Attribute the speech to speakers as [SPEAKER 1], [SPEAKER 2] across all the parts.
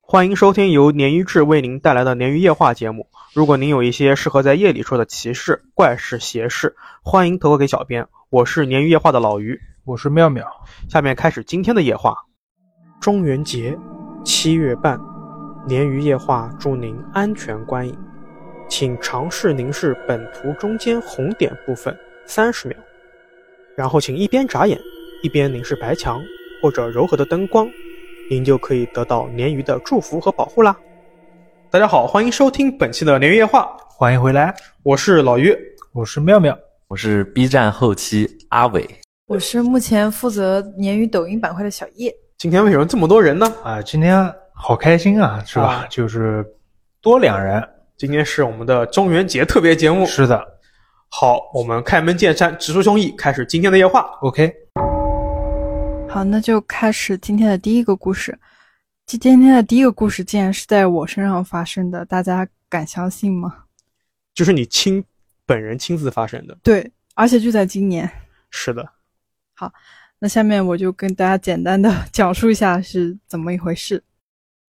[SPEAKER 1] 欢迎收听由鲶鱼志为您带来的鲶鱼夜话节目。如果您有一些适合在夜里说的奇事、怪事、邪事，欢迎投稿给小编。我是鲶鱼夜话的老鱼，
[SPEAKER 2] 我是妙妙。
[SPEAKER 1] 下面开始今天的夜话。中元节，七月半，鲶鱼夜话祝您安全观影，请尝试凝视本图中间红点部分三十秒，然后请一边眨眼，一边凝视白墙或者柔和的灯光，您就可以得到鲶鱼的祝福和保护啦。大家好，欢迎收听本期的鲶鱼夜话，
[SPEAKER 2] 欢迎回来，
[SPEAKER 1] 我是老于。
[SPEAKER 2] 我是妙妙。
[SPEAKER 3] 我是 B 站后期阿伟，
[SPEAKER 4] 我是目前负责鲶鱼抖音板块的小叶，
[SPEAKER 1] 今天为什么这么多人呢？
[SPEAKER 2] 啊，今天好开心啊，是吧？
[SPEAKER 1] 啊
[SPEAKER 2] 就是多两人。
[SPEAKER 1] 今天是我们的中元节特别节目。
[SPEAKER 2] 是的
[SPEAKER 1] 好，我们开门见山，直抒胸臆，开始今天的夜话。
[SPEAKER 2] ，OK，
[SPEAKER 4] 好，那就开始今天的第一个故事。今今天的第一个故事竟然是在我身上发生的，大家敢相信吗？
[SPEAKER 1] 就是你亲本人亲自发生的。
[SPEAKER 4] 对，而且就在今年。
[SPEAKER 1] 是的，
[SPEAKER 4] 那下面我就跟大家简单的 讲述一下是怎么一回事。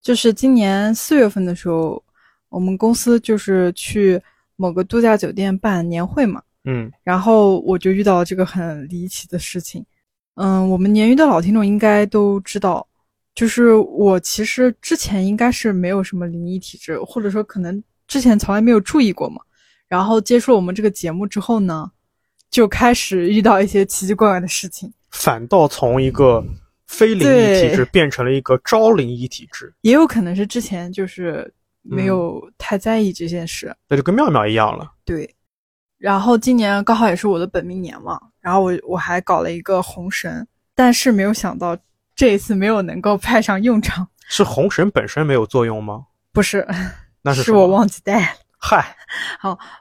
[SPEAKER 4] 就是今年四月份的时候，我们公司就是去某个度假酒店办年会嘛，
[SPEAKER 1] 嗯，
[SPEAKER 4] 然后我就遇到了这个很离奇的事情。嗯，我们鲶鱼的老听众应该都知道，就是我其实之前应该是没有什么灵异体质，或者说可能之前从来没有注意过嘛。然后接触了我们这个节目之后呢，就开始遇到一些奇奇怪怪的事情，
[SPEAKER 1] 反倒从一个非灵异体质
[SPEAKER 4] 对
[SPEAKER 1] 变成了一个招灵异体质，
[SPEAKER 4] 也有可能是之前就是
[SPEAKER 1] 嗯
[SPEAKER 4] 没有太在意这件事。
[SPEAKER 1] 那就跟妙妙一样了。
[SPEAKER 4] 对，然后今年刚好也是我的本命年嘛，然后我我还搞了一个红绳，但是没有想到这一次没有能够派上用场，
[SPEAKER 1] 是红绳本身没有作用吗？
[SPEAKER 4] 不是，
[SPEAKER 1] 那
[SPEAKER 4] 是
[SPEAKER 1] 什么
[SPEAKER 4] 我忘记带了。
[SPEAKER 1] 嗨，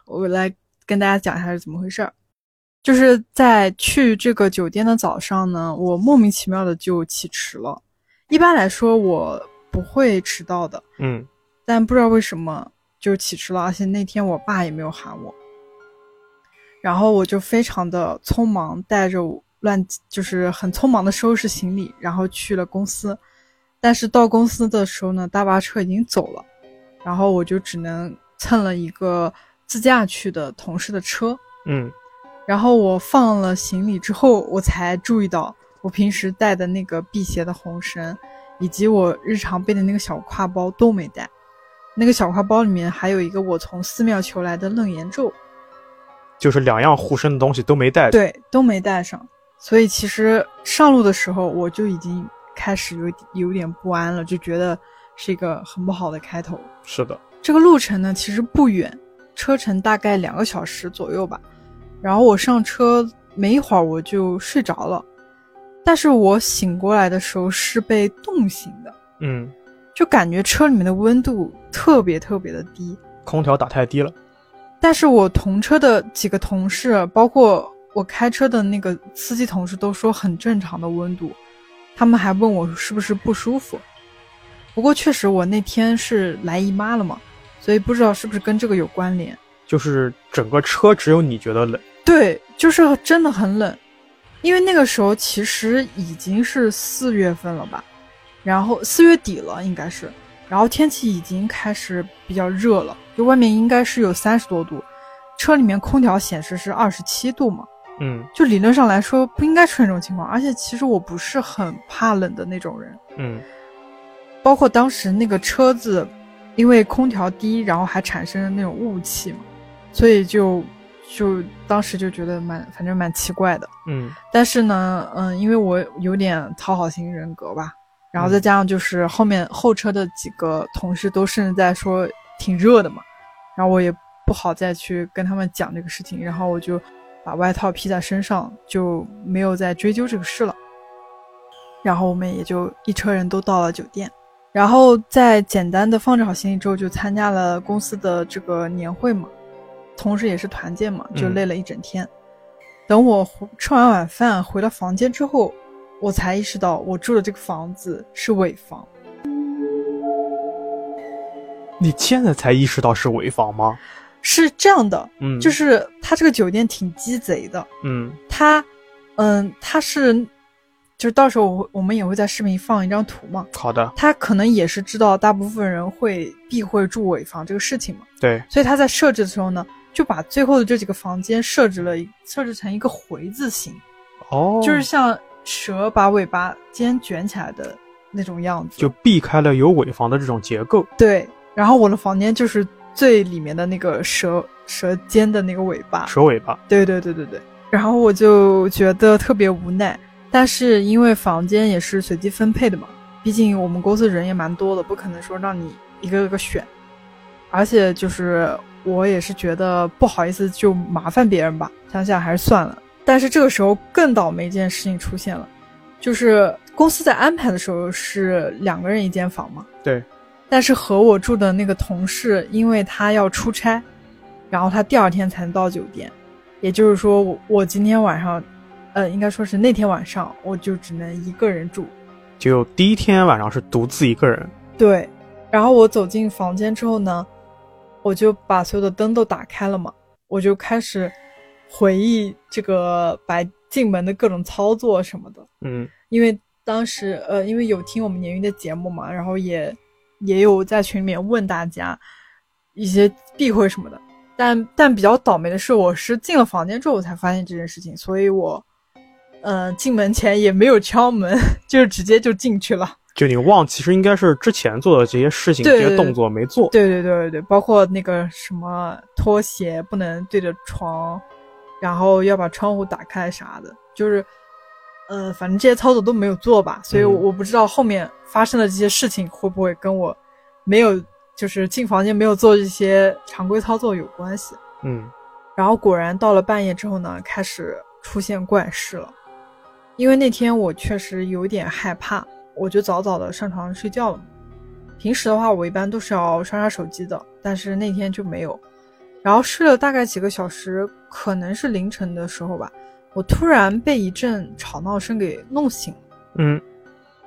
[SPEAKER 4] 我来跟大家讲一下是怎么回事儿。就是在去这个酒店的早上呢，我莫名其妙的就起迟了。一般来说我不会迟到的，
[SPEAKER 1] 嗯，
[SPEAKER 4] 但不知道为什么就起迟了，而且那天我爸也没有喊我，然后我就非常的匆忙，带着我乱就是很匆忙的收拾行李，然后去了公司，但是到公司的时候呢，大巴车已经走了，然后我就只能蹭了一个自驾去的同事的车，
[SPEAKER 1] 嗯，
[SPEAKER 4] 然后我放了行李之后，我才注意到我平时带的那个辟邪的红绳，以及我日常背的那个小挎包都没带。那个小挎包里面还有一个我从寺庙求来的楞严咒，
[SPEAKER 1] 就是两样护身的东西都没带。，
[SPEAKER 4] 对，都没带上。所以其实上路的时候我就已经开始有有点不安了，就觉得是一个很不好的开头。
[SPEAKER 1] 是的，
[SPEAKER 4] 这个路程呢其实不远，车程大概两个小时左右吧。然后我上车没一会儿我就睡着了，但是我醒过来的时候是被冻醒的，
[SPEAKER 1] 嗯，
[SPEAKER 4] 就感觉车里面的温度特别特别的低。
[SPEAKER 1] 空调打太低了。
[SPEAKER 4] 但是我同车的几个同事，包括我开车的那个司机同事，都说很正常的温度，他们还问我是不是不舒服。不过确实我那天是来姨妈了嘛，所以不知道是不是跟这个有关联。
[SPEAKER 1] 就是整个车只有你觉得冷，
[SPEAKER 4] 对，就是真的很冷，因为那个时候其实已经是四月份了吧，然后四月底了应该是，然后天气已经开始比较热了，就外面应该是有三十多度，车里面空调显示是二十七度嘛，
[SPEAKER 1] 嗯
[SPEAKER 4] 就理论上来说不应该出现这种情况，而且其实我不是很怕冷的那种人，
[SPEAKER 1] 嗯，
[SPEAKER 4] 包括当时那个车子，因为空调低，然后还产生了那种雾气嘛，所以就就当时就觉得蛮反正蛮奇怪的。
[SPEAKER 1] 嗯，
[SPEAKER 4] 但是呢，嗯，因为我有点讨好型人格吧，然后
[SPEAKER 1] 嗯
[SPEAKER 4] 再加上就是后面后车的几个同事都甚至在说挺热的嘛，然后我也不好再去跟他们讲这个事情，然后我就把外套披在身上，就没有再追究这个事了。然后我们也就一车人都到了酒店，然后在简单的放置好行李之后，就参加了公司的这个年会嘛，同时也是团建嘛，就
[SPEAKER 1] 嗯
[SPEAKER 4] 累了一整天。等我回吃完晚饭回了房间之后，我才意识到我住的这个房子是尾房。
[SPEAKER 1] 你现在才意识到是潍坊吗？
[SPEAKER 4] 是这样的，
[SPEAKER 1] 嗯，
[SPEAKER 4] 就是他这个酒店挺鸡贼的，
[SPEAKER 1] 嗯
[SPEAKER 4] 他，嗯，他是，就是到时候我会我们也会在视频放一张图嘛。
[SPEAKER 1] 好的，
[SPEAKER 4] 他可能也是知道大部分人会避讳住尾房这个事情嘛，
[SPEAKER 1] 对，
[SPEAKER 4] 所以他在设置的时候呢，就把最后的这几个房间设置了一设置成一个回字形，
[SPEAKER 1] 哦，
[SPEAKER 4] 就是像蛇把尾巴尖卷起来的那种样子。
[SPEAKER 1] 就避开了有尾房的这种结构。
[SPEAKER 4] 对，然后我的房间就是最里面的那个蛇蛇尖的那个尾巴。
[SPEAKER 1] 蛇尾巴，
[SPEAKER 4] 对对对对对。然后我就觉得特别无奈，但是因为房间也是随机分配的嘛，毕竟我们公司人也蛮多的，不可能说让你一个个选。而且就是我也是觉得不好意思，就麻烦别人吧，想想还是算了。但是这个时候更倒霉一件事情出现了，就是公司在安排的时候是两个人一间房嘛，
[SPEAKER 1] 对。
[SPEAKER 4] 但是和我住的那个同事，因为他要出差，然后他第二天才能到酒店，也就是说我我今天晚上，呃，应该说是那天晚上我就只能一个人住，
[SPEAKER 1] 就第一天晚上是独自一个人，
[SPEAKER 4] 对，然后我走进房间之后呢，我就把所有的灯都打开了嘛，我就开始回忆这个白进门的各种操作什么的，
[SPEAKER 1] 嗯，
[SPEAKER 4] 因为当时呃，因为有听我们鲶鱼的节目嘛，然后也也有在群里面问大家一些避讳什么的，但但比较倒霉的是，我是进了房间之后我才发现这件事情，所以我呃进门前也没有敲门， 就是直接就进去了。
[SPEAKER 1] 就你忘，其实应该是之前做的这些事情、
[SPEAKER 4] 对
[SPEAKER 1] 这些动作没做，
[SPEAKER 4] 对对对对对，包括那个什么拖鞋不能对着床，然后要把窗户打开啥的，就是，呃，反正这些操作都没有做吧，所以我
[SPEAKER 1] 嗯
[SPEAKER 4] 我不知道后面发生的这些事情会不会跟我没有就是进房间没有做这些常规操作有关系。
[SPEAKER 1] 嗯，
[SPEAKER 4] 然后果然到了半夜之后呢，开始出现怪事了。因为那天我确实有点害怕，我就早早的上床睡觉了。平时的话，我一般都是要刷刷手机的，但是那天就没有。然后睡了大概几个小时，可能是凌晨的时候吧，我突然被一阵吵闹声给弄醒了。
[SPEAKER 1] 嗯，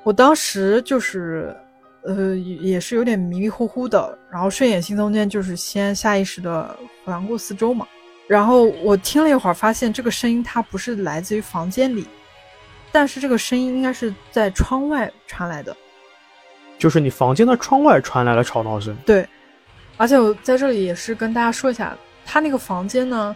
[SPEAKER 4] 我当时就是，呃，也是有点迷迷糊糊的，然后睡眼惺忪间就是先下意识的环顾四周嘛，然后我听了一会儿，发现这个声音它不是来自于房间里，但是这个声音应该是在窗外传来的，
[SPEAKER 1] 就是你房间的窗外传来了吵闹声，
[SPEAKER 4] 对，而且我在这里也是跟大家说一下，他那个房间呢，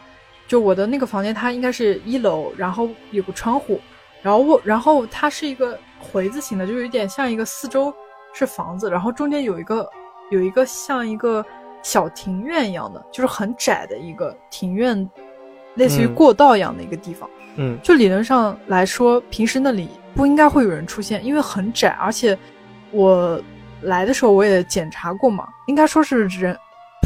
[SPEAKER 4] 就我的那个房间，它应该是一楼，然后有个窗户，然后我然后它是一个回字形的，就有点像一个四周是房子，然后中间有一个有一个像一个小庭院一样的，就是很窄的一个庭院，类似于
[SPEAKER 1] 嗯
[SPEAKER 4] 过道一样的一个地方。
[SPEAKER 1] 嗯，
[SPEAKER 4] 就理论上来说，平时那里不应该会有人出现，因为很窄，而且我来的时候我也检查过嘛，应该说是人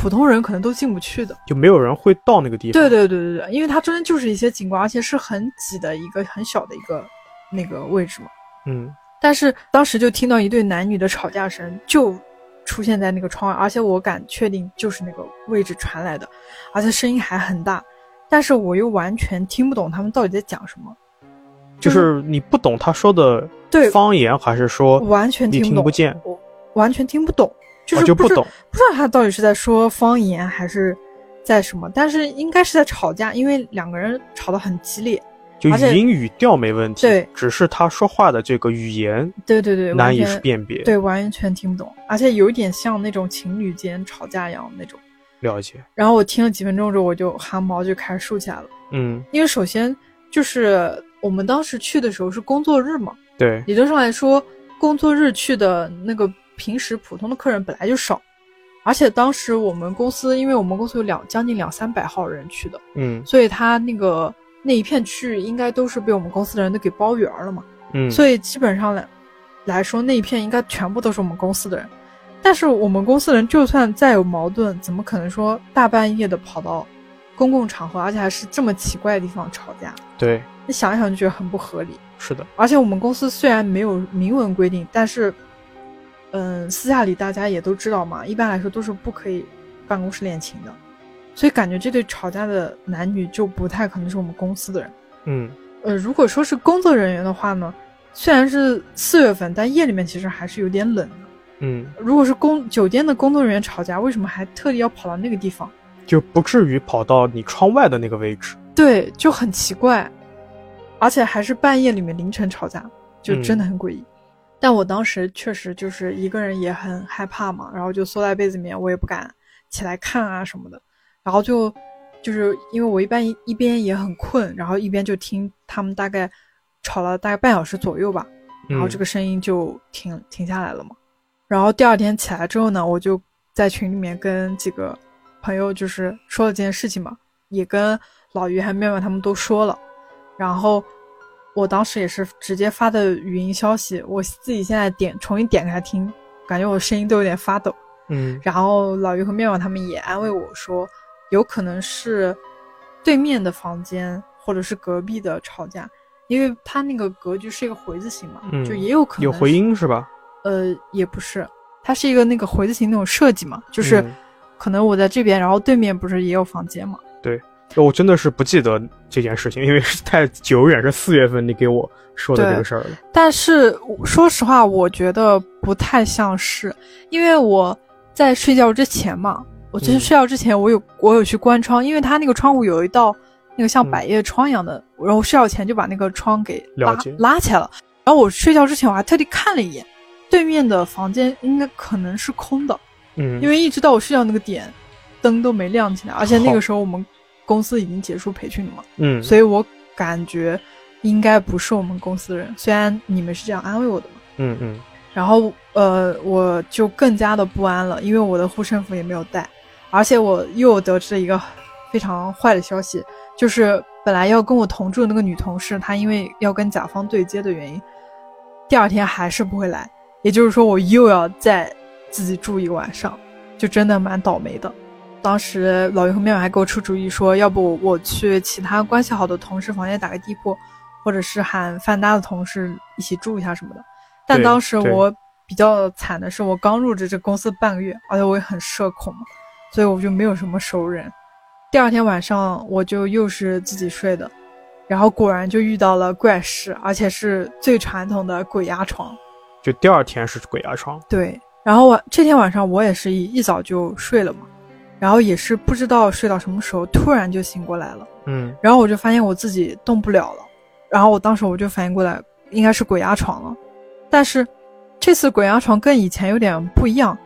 [SPEAKER 4] 普通人可能都进不去的。
[SPEAKER 1] 就没有人会到那个地方，
[SPEAKER 4] 对对对对对，因为它中间就是一些景观，而且是很挤的一个很小的一个那个位置嘛。
[SPEAKER 1] 嗯，
[SPEAKER 4] 但是当时就听到一对男女的吵架声，就出现在那个窗外，而且我敢确定就是那个位置传来的，而且声音还很大，但是我又完全听不懂他们到底在讲什么。
[SPEAKER 1] 就是你不懂他说的
[SPEAKER 4] 嗯对
[SPEAKER 1] 方言，还是说
[SPEAKER 4] 完全
[SPEAKER 1] 你
[SPEAKER 4] 听
[SPEAKER 1] 听
[SPEAKER 4] 懂，
[SPEAKER 1] 不见，
[SPEAKER 4] 我完全听不懂，就
[SPEAKER 1] 我
[SPEAKER 4] 是
[SPEAKER 1] 就
[SPEAKER 4] 不
[SPEAKER 1] 不
[SPEAKER 4] 知
[SPEAKER 1] 懂，
[SPEAKER 4] 不知道他到底是在说方言还是在什么，但是应该是在吵架，因为两个人吵得很激烈。
[SPEAKER 1] 就
[SPEAKER 4] 而且
[SPEAKER 1] 语音语调没问题，
[SPEAKER 4] 对，
[SPEAKER 1] 只是他说话的这个语言
[SPEAKER 4] 对对对，
[SPEAKER 1] 难
[SPEAKER 4] 完
[SPEAKER 1] 以
[SPEAKER 4] 全
[SPEAKER 1] 辨别，
[SPEAKER 4] 对完全听不懂，而且有一点像那种情侣间吵架一样那种。
[SPEAKER 1] 了解，
[SPEAKER 4] 然后我听了几分钟之后，我就汗毛就开始竖起来了，
[SPEAKER 1] 嗯，
[SPEAKER 4] 因为首先就是我们当时去的时候是工作日嘛，
[SPEAKER 1] 对，
[SPEAKER 4] 理论上来说，工作日去的那个平时普通的客人本来就少，而且当时我们公司，因为我们公司有两将近两三百号人去的，
[SPEAKER 1] 嗯
[SPEAKER 4] 所以他那个那一片区域应该都是被我们公司的人都给包圆了嘛，
[SPEAKER 1] 嗯，
[SPEAKER 4] 所以基本上来来说那一片应该全部都是我们公司的人。但是我们公司人就算再有矛盾，怎么可能说大半夜的跑到公共场合，而且还是这么奇怪的地方吵架？
[SPEAKER 1] 对，
[SPEAKER 4] 你想一想就觉得很不合理。
[SPEAKER 1] 是的，
[SPEAKER 4] 而且我们公司虽然没有明文规定，但是，嗯，私下里大家也都知道嘛，一般来说都是不可以办公室恋情的，所以感觉这对吵架的男女就不太可能是我们公司的人。
[SPEAKER 1] 嗯，
[SPEAKER 4] 呃，如果说是工作人员的话呢，虽然是四月份，但夜里面其实还是有点冷的。
[SPEAKER 1] 嗯，
[SPEAKER 4] 如果是工酒店的工作人员吵架，为什么还特地要跑到那个地方？
[SPEAKER 1] 就不至于跑到你窗外的那个位置。
[SPEAKER 4] 对，就很奇怪，而且还是半夜里面凌晨吵架，就真的很诡异。嗯但我当时确实就是一个人也很害怕嘛，然后就缩在被子里面，我也不敢起来看啊什么的。然后就就是因为我一般一一边也很困，然后一边就听他们大概吵了大概半小时左右吧，然
[SPEAKER 1] 嗯
[SPEAKER 4] 后这个声音就停停下来了嘛。然后第二天起来之后呢，我就在群里面跟几个朋友就是说了这件事情嘛，也跟老于还有妙妙他们都说了。然后我当时也是直接发的语音消息，我自己现在点重新点开听，感觉我声音都有点发抖。
[SPEAKER 1] 嗯
[SPEAKER 4] 然后老于和妙妙他们也安慰我说，有可能是对面的房间或者是隔壁的吵架，因为他那个格局是一个回字形嘛，
[SPEAKER 1] 嗯
[SPEAKER 4] 就也有可能
[SPEAKER 1] 有回
[SPEAKER 4] 是
[SPEAKER 1] 音是吧？
[SPEAKER 4] 呃，也不是，它是一个那个回字形那种设计嘛，就是
[SPEAKER 1] 嗯
[SPEAKER 4] 可能我在这边，然后对面不是也有房间嘛？
[SPEAKER 1] 哦我真的是不记得这件事情，因为是太久远，是四月份你给我说的
[SPEAKER 4] 对
[SPEAKER 1] 这个事儿了。
[SPEAKER 4] 但是我说实话，我觉得不太像是，因为我在睡觉之前嘛，我其实
[SPEAKER 1] 嗯
[SPEAKER 4] 睡觉之前我有、我有去关窗，因为它那个窗户有一道那个像
[SPEAKER 1] 嗯
[SPEAKER 4] 百叶窗一样的，然后睡觉前就把那个窗给拉
[SPEAKER 1] 了解
[SPEAKER 4] 拉起来了。然后我睡觉之前我还特地看了一眼，对面的房间应该可能是空的，
[SPEAKER 1] 嗯，
[SPEAKER 4] 因为一直到我睡觉那个点，灯都没亮起来，而且那
[SPEAKER 1] 好
[SPEAKER 4] 个时候我们公司已经结束培训了嘛，
[SPEAKER 1] 嗯，
[SPEAKER 4] 所以我感觉应该不是我们公司的人。虽然你们是这样安慰我的嘛，
[SPEAKER 1] 嗯嗯
[SPEAKER 4] 然后呃，我就更加的不安了，因为我的护身符也没有带，而且我又得知了一个非常坏的消息，就是本来要跟我同住的那个女同事，她因为要跟甲方对接的原因，第二天还是不会来，也就是说我又要再自己住一个晚上，就真的蛮倒霉的。当时老于和妙妙还给我出主意说，要不我去其他关系好的同事房间打个地铺，或者是喊饭搭的同事一起住一下什么的。但
[SPEAKER 1] 对
[SPEAKER 4] 当时
[SPEAKER 1] 对
[SPEAKER 4] 我比较惨的是，我刚入职这公司半个月，而且我也很社恐嘛，所以我就没有什么熟人。第二天晚上我就又是自己睡的，然后果然就遇到了怪事，而且是最传统的鬼压床。
[SPEAKER 1] 就第二天是鬼压床。
[SPEAKER 4] 对，然后晚这天晚上我也是一一早就睡了嘛，然后也是不知道睡到什么时候，突然就醒过来了，
[SPEAKER 1] 嗯
[SPEAKER 4] 然后我就发现我自己动不了了，然后我当时我就反应过来应该是鬼压床了，但是这次鬼压床跟以前有点不一样，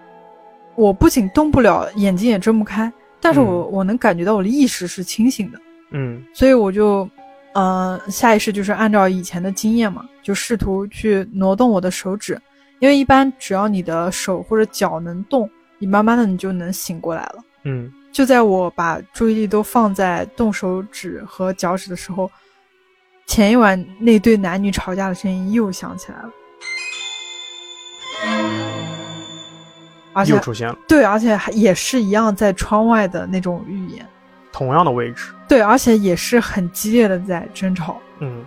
[SPEAKER 4] 我不仅动不了，眼睛也睁不开，但是我、我能感觉到我的意识是清醒的。
[SPEAKER 1] 嗯
[SPEAKER 4] 所以我就，呃，下意识就是按照以前的经验嘛，就试图去挪动我的手指，因为一般只要你的手或者脚能动，你慢慢的你就能醒过来了。
[SPEAKER 1] 嗯
[SPEAKER 4] 就在我把注意力都放在动手指和脚趾的时候，前一晚那对男女吵架的声音又响起来了，而且
[SPEAKER 1] 又出现了
[SPEAKER 4] 对，而且还也是一样在窗外的那种语言，
[SPEAKER 1] 同样的位置。
[SPEAKER 4] 对，而且也是很激烈的在争吵。
[SPEAKER 1] 嗯，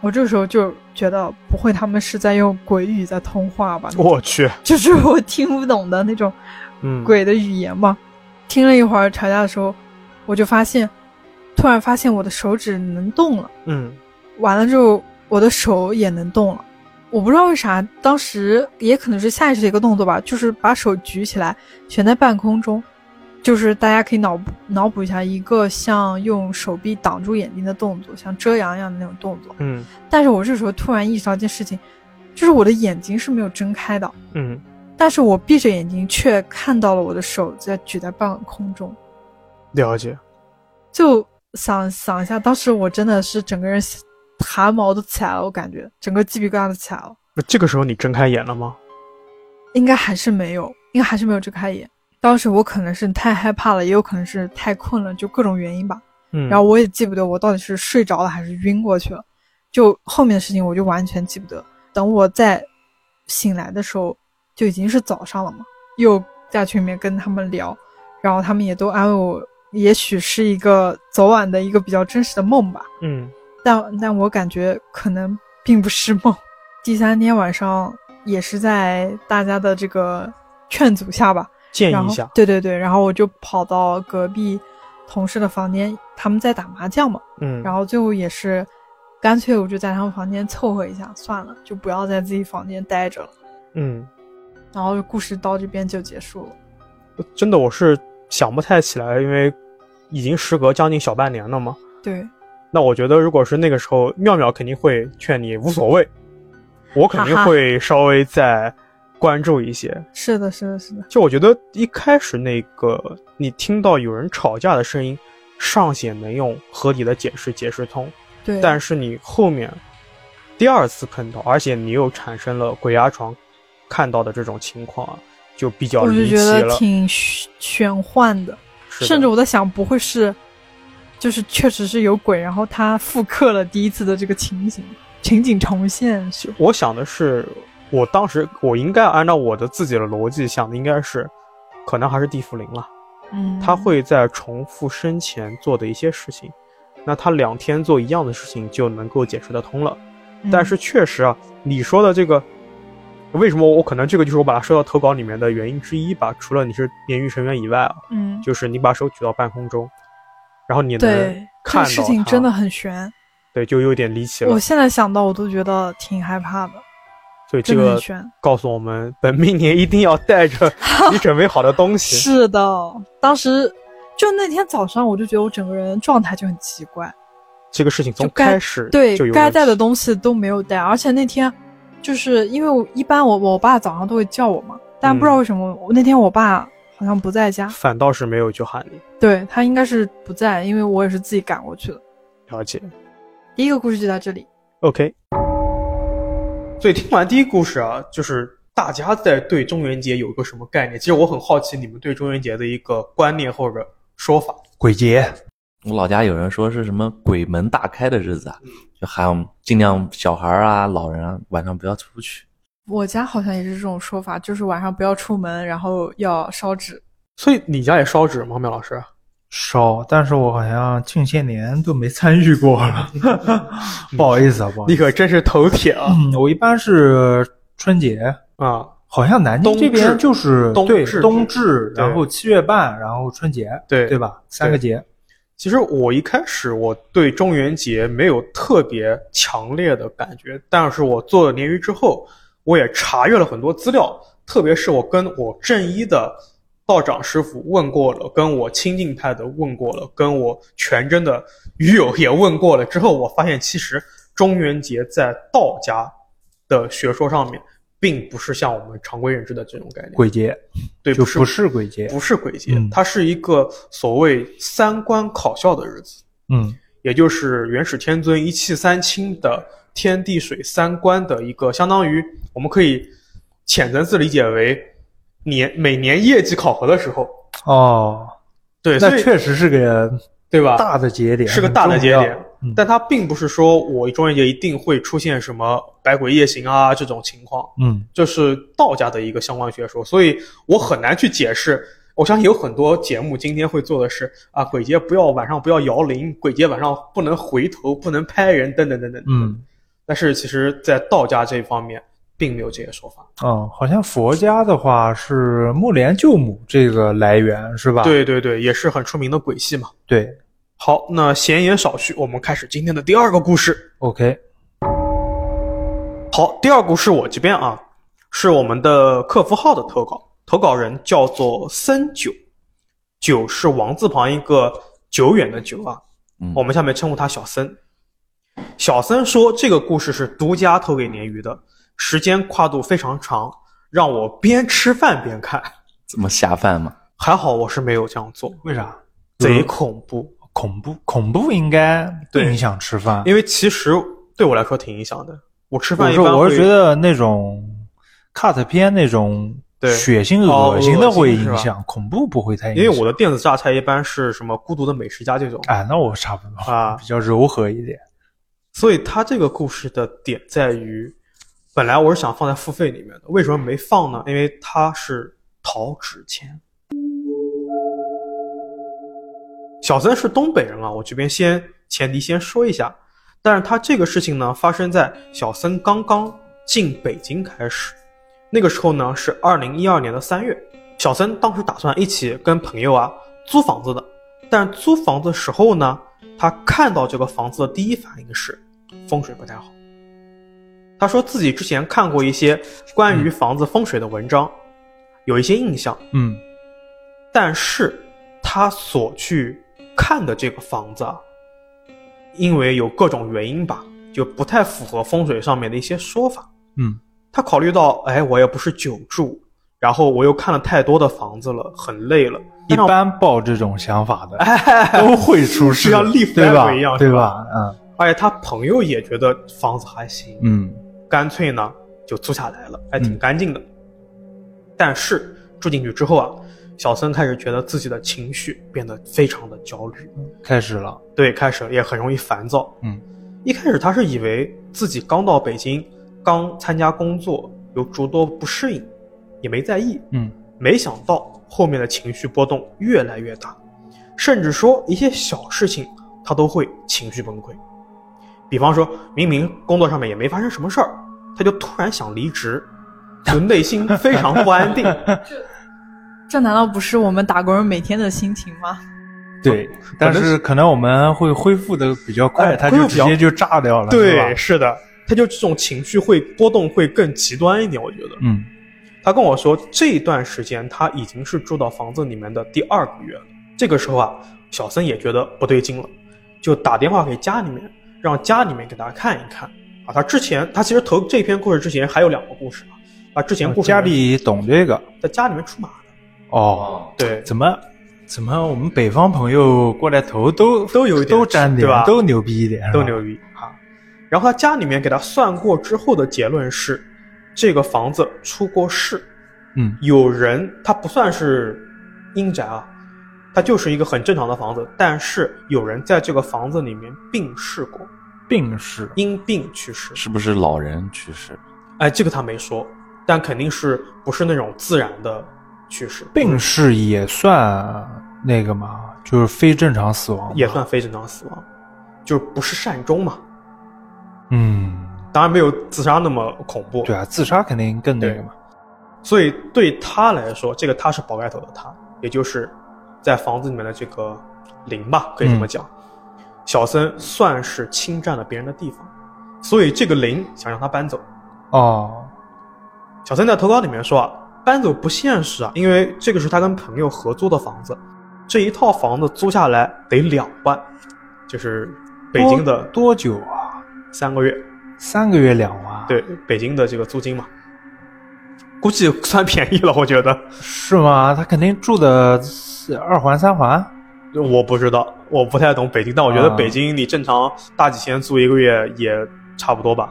[SPEAKER 4] 我这时候就觉得，不会他们是在用鬼语在通话吧？
[SPEAKER 1] 我去，
[SPEAKER 4] 就是我听不懂的那种
[SPEAKER 1] 嗯，
[SPEAKER 4] 鬼的语言嘛。听了一会儿吵架的时候，我就发现，突然发现我的手指能动了，
[SPEAKER 1] 嗯
[SPEAKER 4] 完了之后我的手也能动了。我不知道为啥，当时也可能是下意识的一个动作吧，就是把手举起来悬在半空中，就是大家可以脑补脑补一下，一个像用手臂挡住眼睛的动作，像遮阳一样的那种动作。
[SPEAKER 1] 嗯
[SPEAKER 4] 但是我这时候突然意识到一件事情，就是我的眼睛是没有睁开的，
[SPEAKER 1] 嗯，
[SPEAKER 4] 但是我闭着眼睛却看到了我的手在举在半空中。
[SPEAKER 1] 了解。
[SPEAKER 4] 就想想一下，当时我真的是整个人汗毛都起来了，我感觉整个鸡皮疙瘩都起来了。
[SPEAKER 1] 那这个时候你睁开眼了吗？
[SPEAKER 4] 应该还是没有，应该还是没有睁开眼。当时我可能是太害怕了，也有可能是太困了，就各种原因吧。
[SPEAKER 1] 嗯，
[SPEAKER 4] 然后我也记不得我到底是睡着了还是晕过去了，就后面的事情我就完全记不得。等我再醒来的时候，就已经是早上了嘛。又在群里面跟他们聊，然后他们也都安慰我，也许是一个昨晚的一个比较真实的梦吧。
[SPEAKER 1] 嗯
[SPEAKER 4] 但但我感觉可能并不是梦。 第三天晚上也是在大家的这个劝阻下吧，
[SPEAKER 1] 建
[SPEAKER 4] 然
[SPEAKER 1] 议一
[SPEAKER 4] 后
[SPEAKER 1] 下。
[SPEAKER 4] 对对对，然后我就跑到隔壁同事的房间，他们在打麻将嘛，
[SPEAKER 1] 嗯，
[SPEAKER 4] 然后最后也是干脆我就在他们房间凑合一下，算了，就不要在自己房间待着了。
[SPEAKER 1] 嗯，
[SPEAKER 4] 然后故事到这边就结束了。
[SPEAKER 1] 真的我是想不太起来，因为已经时隔将近小半年了嘛。
[SPEAKER 4] 对，
[SPEAKER 1] 那我觉得，如果是那个时候，妙妙肯定会劝你无所谓，我肯定
[SPEAKER 4] 哈哈
[SPEAKER 1] 会稍微再关注一些。
[SPEAKER 4] 是的，是的，是的，
[SPEAKER 1] 就我觉得一开始那个你听到有人吵架的声音，尚且能用合理的解释解释通，
[SPEAKER 4] 对。
[SPEAKER 1] 但是你后面第二次碰到，而且你又产生了鬼压床看到的这种情况啊，就比较
[SPEAKER 4] 我就
[SPEAKER 1] 离奇
[SPEAKER 4] 觉得
[SPEAKER 1] 了。
[SPEAKER 4] 挺玄玄幻的，
[SPEAKER 1] 是的
[SPEAKER 4] 甚至我在想，不会是，就是确实是有鬼，然后他复刻了第一次的这个情景，情景重现是。
[SPEAKER 1] 我想的是，我当时我应该按照我的自己的逻辑想的，应该是可能还是地缚灵了。
[SPEAKER 4] 嗯，
[SPEAKER 1] 他会在重复生前做的一些事情，那他两天做一样的事情就能够解释得通了。
[SPEAKER 4] 嗯，
[SPEAKER 1] 但是确实啊，你说的这个，为什么我可能这个就是我把它收到投稿里面的原因之一吧？除了你是炼狱成员以外啊，
[SPEAKER 4] 嗯，
[SPEAKER 1] 就是你把手举到半空中，然后你能
[SPEAKER 4] 对，这
[SPEAKER 1] 看到
[SPEAKER 4] 个事
[SPEAKER 1] 它
[SPEAKER 4] 情真的很悬，
[SPEAKER 1] 对，就有点离奇了
[SPEAKER 4] 我。现在想到我都觉得挺害怕的，
[SPEAKER 1] 所以这
[SPEAKER 4] 真的
[SPEAKER 1] 个
[SPEAKER 4] 很悬。
[SPEAKER 1] 告诉我们，本命年一定要带着你准备好的东西。
[SPEAKER 4] 是的，当时就那天早上，我就觉得我整个人状态就很奇怪，
[SPEAKER 1] 这个事情从
[SPEAKER 4] 就该
[SPEAKER 1] 开始
[SPEAKER 4] 对
[SPEAKER 1] 就有
[SPEAKER 4] 该
[SPEAKER 1] 问
[SPEAKER 4] 带的
[SPEAKER 1] 题
[SPEAKER 4] 东西都没有带，而且那天就是因为我一般我我爸早上都会叫我嘛，但不知道
[SPEAKER 1] 嗯
[SPEAKER 4] 为什么、我那天我爸好像不在家，
[SPEAKER 1] 反倒是没有去喊你。
[SPEAKER 4] 对他应该是不在，因为我也是自己赶过去的。
[SPEAKER 1] 了解
[SPEAKER 4] 第一个故事就到这里，
[SPEAKER 1] ，OK。所以听完第一故事啊，就是大家在对中元节有一个什么概念？其实我很好奇你们对中元节的一个观念或者说法。
[SPEAKER 2] 鬼节，
[SPEAKER 3] 我老家有人说是什么鬼门大开的日子啊，就喊我们尽量小孩儿啊、老人啊晚上不要出去。
[SPEAKER 4] 我家好像也是这种说法，就是晚上不要出门，然后要烧纸。
[SPEAKER 1] 所以你家也烧纸吗，苗老师？
[SPEAKER 2] 烧，但是我好像近些年都没参与过了， 不好意思啊，不好意
[SPEAKER 1] 你
[SPEAKER 2] 思。
[SPEAKER 1] 可真是头铁啊！
[SPEAKER 2] 嗯，我一般是春节，
[SPEAKER 1] 啊，
[SPEAKER 2] 好像南京
[SPEAKER 1] 冬
[SPEAKER 2] 这边
[SPEAKER 1] 至
[SPEAKER 2] 就是
[SPEAKER 1] 冬
[SPEAKER 2] 对
[SPEAKER 1] 至
[SPEAKER 2] 冬至，
[SPEAKER 1] 对
[SPEAKER 2] 然后七月半，然后春节，
[SPEAKER 1] 对
[SPEAKER 2] 对吧？三个节，
[SPEAKER 1] 其实我一开始我对中元节没有特别强烈的感觉，但是我做了鲶鱼之后，我也查阅了很多资料，特别是我跟我正一的道长师傅问过了，跟我亲近派的问过了，跟我全真的鱼友也问过了之后，我发现其实中元节在道家的学说上面，并不是像我们常规认知的这种概念，
[SPEAKER 2] 鬼节
[SPEAKER 1] 对，
[SPEAKER 2] 就
[SPEAKER 1] 不是
[SPEAKER 2] 不是鬼节，
[SPEAKER 1] 不是鬼节，
[SPEAKER 2] 嗯
[SPEAKER 1] 它是一个所谓三观考校的日子。
[SPEAKER 2] 嗯，
[SPEAKER 1] 也就是元始天尊一气三清的天地水三观的一个，相当于我们可以浅层次理解为年每年业绩考核的时候，
[SPEAKER 2] 哦，
[SPEAKER 1] 对，所
[SPEAKER 2] 那
[SPEAKER 1] 以
[SPEAKER 2] 确实是个
[SPEAKER 1] 对吧？
[SPEAKER 2] 大的节点，
[SPEAKER 1] 啊是个大的节
[SPEAKER 2] 很重
[SPEAKER 1] 点
[SPEAKER 2] 要，嗯
[SPEAKER 1] 但它并不是说我中元节一定会出现什么百鬼夜行啊这种情况，
[SPEAKER 2] 嗯，
[SPEAKER 1] 这是道家的一个相关学说，所以我很难去解释。我相信有很多节目今天会做的是啊，鬼节不要晚上不要摇铃，鬼节晚上不能回头，不能拍人，等等等等。
[SPEAKER 2] 嗯，
[SPEAKER 1] 但是其实，在道家这一方面，并没有这些说法。
[SPEAKER 2] 哦，好像佛家的话是木莲救母这个来源是吧？
[SPEAKER 1] 对对对，也是很出名的鬼戏嘛。
[SPEAKER 2] 对
[SPEAKER 1] 好，那闲言少叙，我们开始今天的第二个故事。
[SPEAKER 2] ，OK，
[SPEAKER 1] 好，第二个故事我这边啊，是我们的客服号的投稿，投稿人叫做森九，九是王字旁一个久远的久啊，
[SPEAKER 3] 嗯，
[SPEAKER 1] 我们下面称呼他小森。小森说，这个故事是独家投给鲶鱼的，时间跨度非常长，让我边吃饭边看。
[SPEAKER 3] 这么下饭嘛？
[SPEAKER 1] 还好我是没有这样做，
[SPEAKER 2] 为啥？
[SPEAKER 1] 贼恐怖。
[SPEAKER 2] 恐怖，恐怖应该不
[SPEAKER 1] 对
[SPEAKER 2] 影响吃饭。
[SPEAKER 1] 因为其实对我来说挺影响的。我吃
[SPEAKER 2] 我
[SPEAKER 1] 饭一
[SPEAKER 2] 说，
[SPEAKER 1] 般
[SPEAKER 2] 我是
[SPEAKER 1] 会
[SPEAKER 2] 觉得那种 cut 片那种
[SPEAKER 1] 对
[SPEAKER 2] 血腥
[SPEAKER 1] 哦
[SPEAKER 2] 恶心的
[SPEAKER 1] 恶心
[SPEAKER 2] 会
[SPEAKER 1] 是
[SPEAKER 2] 影
[SPEAKER 1] 吧
[SPEAKER 2] 响，恐怖不会太影
[SPEAKER 1] 因
[SPEAKER 2] 响。
[SPEAKER 1] 为我的电子榨菜一般是什么《孤独的美食家》这种
[SPEAKER 2] 啊，那我差不多
[SPEAKER 1] 啊
[SPEAKER 2] 比，较柔和一点。
[SPEAKER 1] 所以它这个故事的点在于，本来我是想放在付费里面的，为什么没放呢？因为它是陶纸钱。小森是东北人啊，我这边先前提先说一下，但是他这个事情呢，发生在小森刚刚进北京开始，那个时候呢是二零一二年的三月，小森当时打算一起跟朋友啊租房子的，但是租房子的时候呢，他看到这个房子的第一反应是风水不太好。他说自己之前看过一些关于房子风水的文章，有一些印象，
[SPEAKER 2] 嗯，
[SPEAKER 1] 但是他所去看的这个房子啊，因为有各种原因吧，就不太符合风水上面的一些说法。
[SPEAKER 2] 嗯，
[SPEAKER 1] 他考虑到，哎，我也不是久住，然后我又看了太多的房子了，很累了，
[SPEAKER 2] 一般抱这种想法的
[SPEAKER 1] 哎，
[SPEAKER 2] 都会出
[SPEAKER 1] 就
[SPEAKER 2] 事，
[SPEAKER 1] 像 Leaf
[SPEAKER 2] 对
[SPEAKER 1] Diver 一样
[SPEAKER 2] 吧？对
[SPEAKER 1] 是
[SPEAKER 2] 吧？嗯
[SPEAKER 1] 而且他朋友也觉得房子还行，
[SPEAKER 2] 嗯
[SPEAKER 1] 干脆呢就租下来了，还挺
[SPEAKER 2] 嗯
[SPEAKER 1] 干净的。但是住进去之后啊，小森开始觉得自己的情绪变得非常的焦虑，
[SPEAKER 2] 开始了，
[SPEAKER 1] 对，开始也很容易烦躁。
[SPEAKER 2] 嗯，
[SPEAKER 1] 一开始他是以为自己刚到北京，刚参加工作，有诸多不适应，也没在意。
[SPEAKER 2] 嗯
[SPEAKER 1] 没想到后面的情绪波动越来越大，甚至说一些小事情他都会情绪崩溃。比方说，明明工作上面也没发生什么事儿，他就突然想离职，就内心非常不安 定。
[SPEAKER 4] 这难道不是我们打工人每天的心情吗？
[SPEAKER 2] 对，但是可能我们会恢复的比较快，
[SPEAKER 1] 哎
[SPEAKER 2] 它
[SPEAKER 1] 恢
[SPEAKER 2] 就
[SPEAKER 1] 复比
[SPEAKER 2] 直
[SPEAKER 1] 较
[SPEAKER 2] 接就炸掉了，是吧
[SPEAKER 1] 对，是的，他就这种情绪会波动会更极端一点，我觉得。
[SPEAKER 2] 嗯
[SPEAKER 1] 他跟我说，这段时间他已经是住到房子里面的第二个月了。这个时候啊，小森也觉得不对劲了，就打电话给家里面，让家里面给他看一看啊。他之前，他其实投这篇故事之前还有两个故事啊，啊，之前故事
[SPEAKER 2] 哦家里懂这个
[SPEAKER 1] 在家里面出马的，
[SPEAKER 2] 哦，
[SPEAKER 1] 对，
[SPEAKER 2] 怎么怎么我们北方朋友过来投都
[SPEAKER 1] 都有一点
[SPEAKER 2] 都沾
[SPEAKER 1] 对
[SPEAKER 2] 点，
[SPEAKER 1] 吧
[SPEAKER 2] 都牛逼一点，是吧
[SPEAKER 1] 都牛逼啊。然后他家里面给他算过之后的结论是，这个房子出过事，
[SPEAKER 2] 嗯
[SPEAKER 1] 有人他不算是阴宅啊，他就是一个很正常的房子，但是有人在这个房子里面病逝过，
[SPEAKER 2] 病逝，
[SPEAKER 1] 因病去世。
[SPEAKER 3] 是不是老人去世？
[SPEAKER 1] 哎，这个他没说，但肯定是不是那种自然的去世，
[SPEAKER 2] 病逝也算那个嘛，就是非正常死亡嘛，
[SPEAKER 1] 也算非正常死亡，就是不是善终嘛。
[SPEAKER 2] 嗯，
[SPEAKER 1] 当然没有自杀那么恐怖，
[SPEAKER 2] 对啊，自杀肯定更那个嘛，
[SPEAKER 1] 所以对他来说，这个他是宝盖头的他，也就是在房子里面的这个灵吧，可以这么讲。小森算是侵占了别人的地方，所以这个灵想让他搬走。
[SPEAKER 2] 哦，
[SPEAKER 1] 小森在投稿里面说啊，搬走不现实啊，因为这个是他跟朋友合租的房子，这一套房子租下来得两万，就是北京的
[SPEAKER 2] 多多久啊？
[SPEAKER 1] 三个月，
[SPEAKER 2] 三个月两万，，
[SPEAKER 1] 对北京的这个租金嘛，估计算便宜了，我觉得。
[SPEAKER 2] 是吗？他肯定住的是二环三环，
[SPEAKER 1] 我不知道，我不太懂北京，但我觉得
[SPEAKER 2] 啊
[SPEAKER 1] 北京你正常大几千租一个月也差不多吧。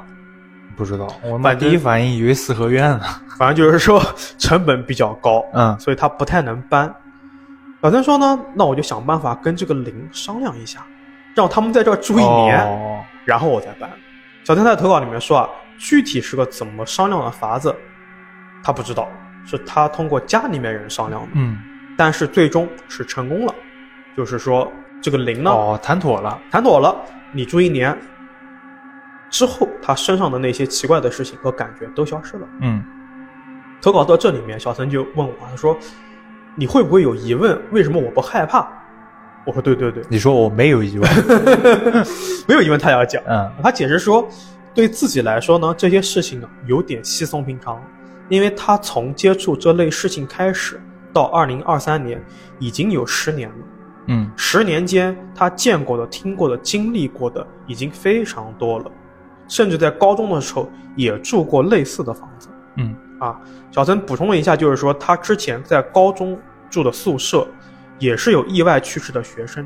[SPEAKER 2] 不知道，我
[SPEAKER 1] 反
[SPEAKER 2] 们
[SPEAKER 1] 正
[SPEAKER 2] 第一反应以为四合院呢，
[SPEAKER 1] 反正就是说成本比较高，
[SPEAKER 2] 嗯
[SPEAKER 1] 所以他不太能搬。小森说呢，那我就想办法跟这个林商量一下，让他们在这儿住一年，
[SPEAKER 2] 哦
[SPEAKER 1] 然后我再搬。小森在投稿里面说啊，具体是个怎么商量的法子，他不知道，是他通过家里面人商量的，
[SPEAKER 2] 嗯，
[SPEAKER 1] 但是最终是成功了，就是说这个林呢，
[SPEAKER 2] 哦，谈妥了，
[SPEAKER 1] 谈妥了，你住一年之后，他身上的那些奇怪的事情和感觉都消失了。
[SPEAKER 2] 嗯
[SPEAKER 1] 投稿到这里面，小森就问我，他说：“你会不会有疑问？为什么我不害怕？”我说：“对对 对，
[SPEAKER 2] 你说我没有 意外，
[SPEAKER 1] 没有疑问，他要讲。”
[SPEAKER 2] 嗯
[SPEAKER 1] 他解释说，对自己来说呢，这些事情啊有点稀松平常，因为他从接触这类事情开始到二零二三年，已经有十年了。
[SPEAKER 2] 嗯
[SPEAKER 1] 十年间，他见过的、听过的、经历过的已经非常多了，甚至在高中的时候也住过类似的房子
[SPEAKER 2] 嗯，
[SPEAKER 1] 啊。小曾补充了一下，就是说他之前在高中住的宿舍也是有意外去世的学生，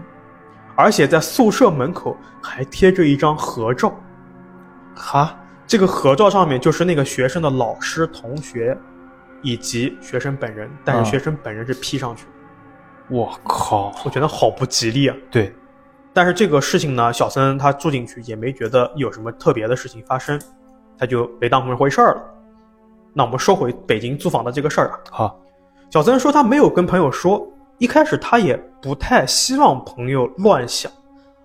[SPEAKER 1] 而且在宿舍门口还贴着一张合照，
[SPEAKER 2] 哈，
[SPEAKER 1] 这个合照上面就是那个学生的老师、同学以及学生本人，但
[SPEAKER 2] 啊
[SPEAKER 1] 是学生本人是 P 上去的，
[SPEAKER 2] 我靠，
[SPEAKER 1] 我觉得好不吉利啊。
[SPEAKER 2] 对，
[SPEAKER 1] 但是这个事情呢，小森他住进去也没觉得有什么特别的事情发生，他就没当回回事儿了。那我们说回北京租房的这个事儿啊，
[SPEAKER 2] 好，
[SPEAKER 1] 小森说他没有跟朋友说，一开始他也不太希望朋友乱想。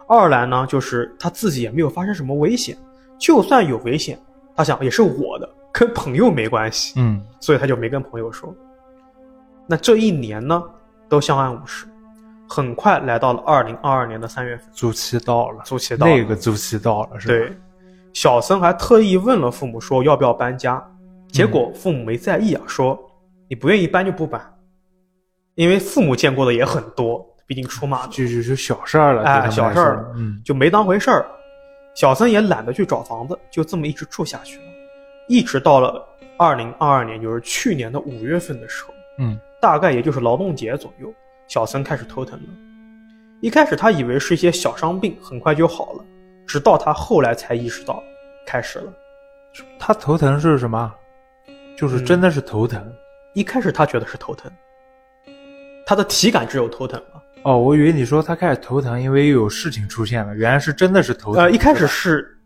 [SPEAKER 1] 二来呢，就是他自己也没有发生什么危险，就算有危险，他想也是我的，跟朋友没关系。
[SPEAKER 2] 嗯，
[SPEAKER 1] 所以他就没跟朋友说。那这一年呢，都相安无事，很快来到了二零二二年的三月份，
[SPEAKER 2] 租期到了，
[SPEAKER 1] 租期到了
[SPEAKER 2] 那个租期到了，是吧？
[SPEAKER 1] 对，小森还特意问了父母说要不要搬家，
[SPEAKER 2] 嗯
[SPEAKER 1] 结果父母没在意啊，说你不愿意搬就不搬，因为父母见过的也很多，毕竟出 马的
[SPEAKER 2] 这就是小事儿了，对他
[SPEAKER 1] 哎，
[SPEAKER 2] 们
[SPEAKER 1] 小
[SPEAKER 2] 来
[SPEAKER 1] 事
[SPEAKER 2] 说
[SPEAKER 1] 儿，
[SPEAKER 2] 嗯，
[SPEAKER 1] 就没当回事儿。小森也懒得去找房子，就这么一直住下去了。一直到了二零二二年，就是去年的五月份的时候，
[SPEAKER 2] 嗯，
[SPEAKER 1] 大概也就是劳动节左右，小森开始头疼了。一开始他以为是一些小伤病，很快就好了，直到他后来才意识到开始了。嗯
[SPEAKER 2] 他头疼是什么？就是真的是头疼。
[SPEAKER 1] 一开始他觉得是头疼，他的体感只有头疼嘛。
[SPEAKER 2] 哦，我以为你说他开始头疼，因为有事情出现了，原来是真的是头疼。
[SPEAKER 1] 呃，一开始
[SPEAKER 2] 是吧
[SPEAKER 1] 是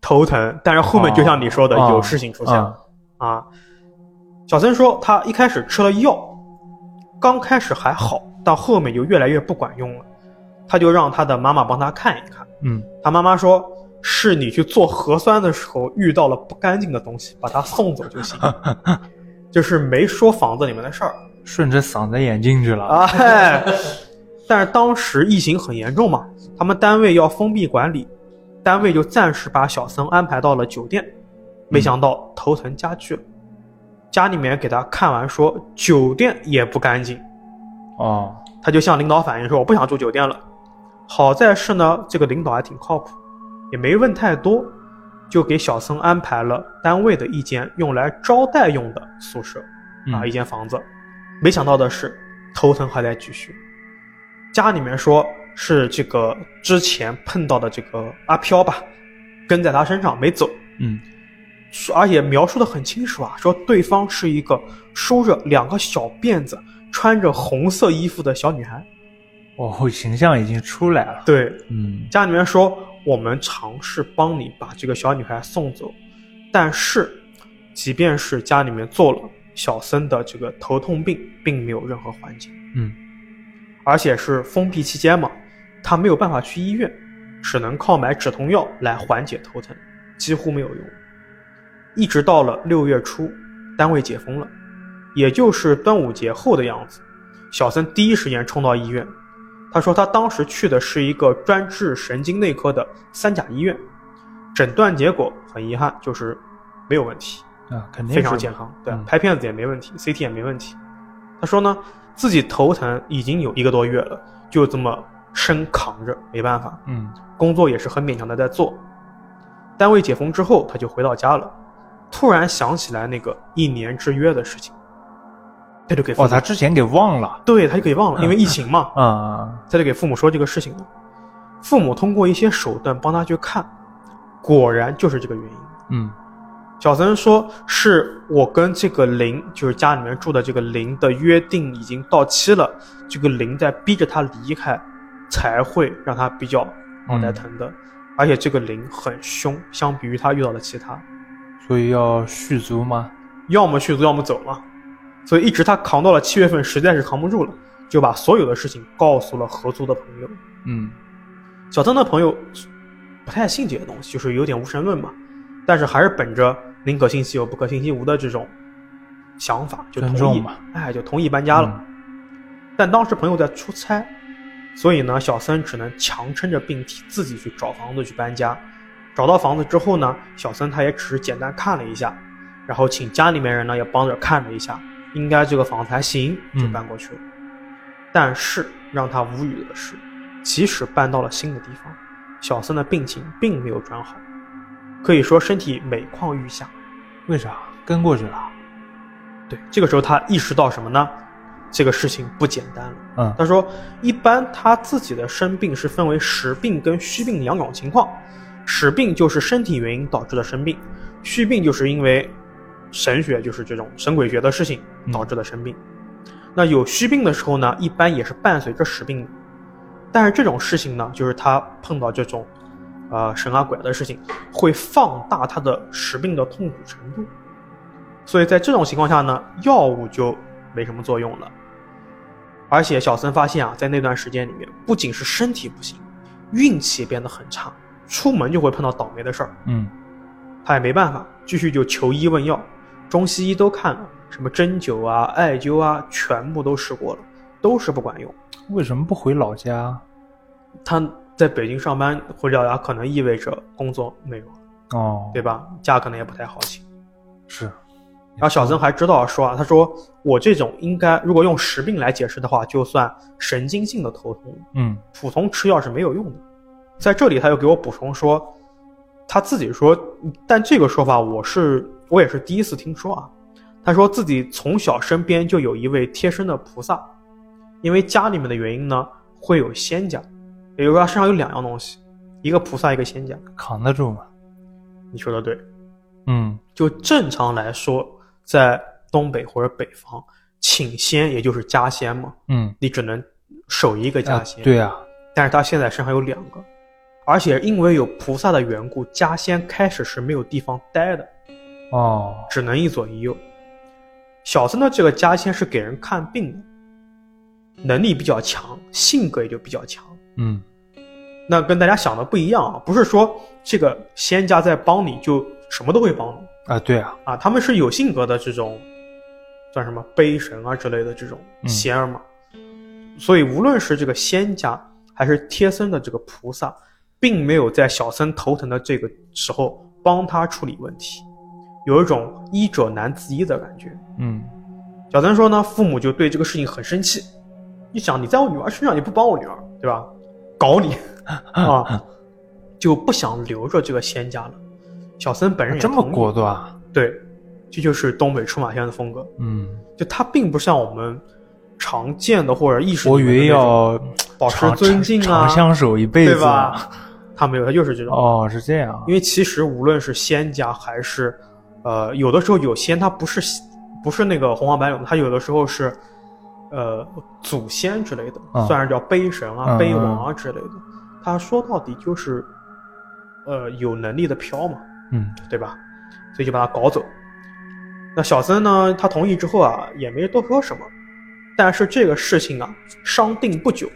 [SPEAKER 1] 头疼，但是后面就像你说的，
[SPEAKER 2] 哦
[SPEAKER 1] 有事情出现
[SPEAKER 2] 啊
[SPEAKER 1] 了啊。小森说他一开始吃了药，刚开始还好，到后面就越来越不管用了。他就让他的妈妈帮他看一看，
[SPEAKER 2] 嗯，
[SPEAKER 1] 他妈妈说是你去做核酸的时候遇到了不干净的东西，把它送走就行， 就是没说房子里面的事儿。
[SPEAKER 2] 顺着嗓子眼进去了。
[SPEAKER 1] 啊，嗨！但是当时疫情很严重嘛，他们单位要封闭管理，单位就暂时把小森安排到了酒店。没想到头疼加剧了，家里面给他看完说酒店也不干净，
[SPEAKER 2] 哦，
[SPEAKER 1] 他就向领导反映说我不想住酒店了。好在是呢，这个领导还挺靠谱，也没问太多，就给小森安排了单位的一间用来招待用的宿舍。
[SPEAKER 2] 嗯
[SPEAKER 1] 啊一间房子。没想到的是，头疼还在继续。家里面说是这个之前碰到的这个阿飘吧，跟在他身上没走，
[SPEAKER 2] 嗯，
[SPEAKER 1] 说而且描述的很清楚啊，说对方是一个梳着两个小辫子、穿着红色衣服的小女孩。
[SPEAKER 2] 哦，形象已经出来了。
[SPEAKER 1] 对，
[SPEAKER 2] 嗯，
[SPEAKER 1] 家里面说我们尝试帮你把这个小女孩送走，但是，即便是家里面做了，小森的这个头痛病并没有任何缓解。
[SPEAKER 2] 嗯，
[SPEAKER 1] 而且是封闭期间嘛，他没有办法去医院，只能靠买止痛药来缓解头疼，几乎没有用。一直到了六月初，单位解封了，也就是端午节后的样子，小森第一时间冲到医院，他说他当时去的是一个专治神经内科的三甲医院，诊断结果很遗憾就是没有问题，
[SPEAKER 2] 啊，肯定
[SPEAKER 1] 非常
[SPEAKER 2] 是
[SPEAKER 1] 健康，对，
[SPEAKER 2] 嗯
[SPEAKER 1] 拍片子也没问题，CT 也没问题。他说呢，自己头疼已经有一个多月了，就这么生扛着，没办法，
[SPEAKER 2] 嗯，
[SPEAKER 1] 工作也是很勉强的在做。单位解封之后，他就回到家了，突然想起来那个一年之约的事情，他就给父母
[SPEAKER 2] 哦，他之嗯前给忘了。
[SPEAKER 1] 对他就给忘了，因为疫情嘛，
[SPEAKER 2] 啊、
[SPEAKER 1] 他就给父母说这个事情了。父母通过一些手段帮他去看，果然就是这个原因。
[SPEAKER 2] 嗯，
[SPEAKER 1] 小森说：“是我跟这个林，就是家里面住的这个林的约定已经到期了，这个林在逼着他离开，才会让他比较
[SPEAKER 2] 嗯
[SPEAKER 1] 脑袋疼的。而且这个林很凶，相比于他遇到的其他，
[SPEAKER 2] 所以要续足吗？
[SPEAKER 1] 要么去，要么走嘛。所以一直他扛到了七月份，实在是扛不住了，就把所有的事情告诉了合租的朋友。
[SPEAKER 2] 嗯，
[SPEAKER 1] 小曾的朋友不太信这些东西，就是有点无神论嘛，但是还是本着宁可信其有不可信其无的这种想法，就
[SPEAKER 2] 尊
[SPEAKER 1] 同意
[SPEAKER 2] 重嘛，嗯
[SPEAKER 1] 哎，就同意搬家了。但当时朋友在出差，所以呢，小森只能强撑着病体自己去找房子去搬家。找到房子之后呢，小森他也只是简单看了一下，然后请家里面人呢也帮着看了一下，应该这个房子还行，就
[SPEAKER 2] 嗯
[SPEAKER 1] 搬过去了。但是让他无语的是，即使搬到了新的地方，小森的病情并没有转好，可以说身体每况愈下。
[SPEAKER 2] 为啥跟过去了？
[SPEAKER 1] 对，这个时候他意识到什么呢？这个事情不简单了。
[SPEAKER 2] 嗯
[SPEAKER 1] 他说，一般他自己的生病是分为实病跟虚病两种情况。实病就是身体原因导致的生病，虚病就是因为神学，就是这种神鬼学的事情
[SPEAKER 2] 嗯
[SPEAKER 1] 导致的生病。那有虚病的时候呢，一般也是伴随着实病的。但是这种事情呢，就是他碰到这种，呃，神啊鬼啊的事情，会放大他的实病的痛苦程度。所以在这种情况下呢，药物就没什么作用了。而且小森发现啊，在那段时间里面，不仅是身体不行，运气也变得很差，出门就会碰到倒霉的事儿。
[SPEAKER 2] 嗯，
[SPEAKER 1] 他也没办法，继续就求医问药，中西医都看了，什么针灸啊、艾灸啊，全部都试过了，都是不管用。
[SPEAKER 2] 为什么不回老家？
[SPEAKER 1] 他在北京上班回老家，可能意味着工作没有了，
[SPEAKER 2] 哦，
[SPEAKER 1] 对吧？家可能也不太好请。
[SPEAKER 2] 是，
[SPEAKER 1] 然后小曾还知道说啊，他说我这种应该如果用实病来解释的话，就算神经性的头痛，
[SPEAKER 2] 嗯
[SPEAKER 1] 普通吃药是没有用的。在这里，他又给我补充说，他自己说，但这个说法我是我也是第一次听说啊。他说自己从小身边就有一位贴身的菩萨，因为家里面的原因呢，会有仙家，也就是说他身上有两样东西，一个菩萨，一个仙家。
[SPEAKER 2] 扛得住吗？
[SPEAKER 1] 你说的对，
[SPEAKER 2] 嗯，
[SPEAKER 1] 就正常来说，在东北或者北方，请仙也就是家仙嘛，
[SPEAKER 2] 嗯，
[SPEAKER 1] 你只能守一个家
[SPEAKER 2] 啊
[SPEAKER 1] 仙。
[SPEAKER 2] 对啊，
[SPEAKER 1] 但是他现在身上有两个，而且因为有菩萨的缘故，家仙开始是没有地方待的，
[SPEAKER 2] 哦，
[SPEAKER 1] 只能一左一右。小僧的这个家仙是给人看病的，能力比较强，性格也就比较强。
[SPEAKER 2] 嗯，
[SPEAKER 1] 那跟大家想的不一样啊，不是说这个仙家在帮你就什么都会帮你
[SPEAKER 2] 啊，对啊，
[SPEAKER 1] 啊，他们是有性格的这种，算什么悲神啊之类的这种
[SPEAKER 2] 嗯
[SPEAKER 1] 仙儿嘛。所以无论是这个仙家还是贴身的这个菩萨，并没有在小僧头疼的这个时候帮他处理问题，有一种医者难自医的感觉。
[SPEAKER 2] 嗯，
[SPEAKER 1] 小曾说呢，父母就对这个事情很生气，一想你在我女儿身上，你不帮我女儿，对吧？搞 你啊，就不想留着这个仙家了。小森本人也
[SPEAKER 2] 这么
[SPEAKER 1] 同意
[SPEAKER 2] 果断啊，
[SPEAKER 1] 对，这就是东北出马仙的风格，
[SPEAKER 2] 嗯，
[SPEAKER 1] 就他并不像我们常见的或者意识
[SPEAKER 2] 我
[SPEAKER 1] 里
[SPEAKER 2] 以
[SPEAKER 1] 面的
[SPEAKER 2] 为
[SPEAKER 1] 那种
[SPEAKER 2] 要
[SPEAKER 1] 保持尊敬啊
[SPEAKER 2] 长，相守一辈
[SPEAKER 1] 对
[SPEAKER 2] 子
[SPEAKER 1] 吧
[SPEAKER 2] 啊？？
[SPEAKER 1] 他没有，他就是这种。
[SPEAKER 2] 哦，是这样，
[SPEAKER 1] 因为其实无论是仙家还是，呃，有的时候有仙它不是不是那个红黄白柳，它有的时候是，呃，祖先之类的，
[SPEAKER 2] 嗯
[SPEAKER 1] 虽然叫碑神啊、
[SPEAKER 2] 嗯
[SPEAKER 1] 碑王啊之类的，它说到底就是，呃，有能力的飘嘛，
[SPEAKER 2] 嗯，
[SPEAKER 1] 对吧？所以就把他搞走。那小僧呢，他同意之后啊，也没多说什么。但是这个事情啊，商定不久，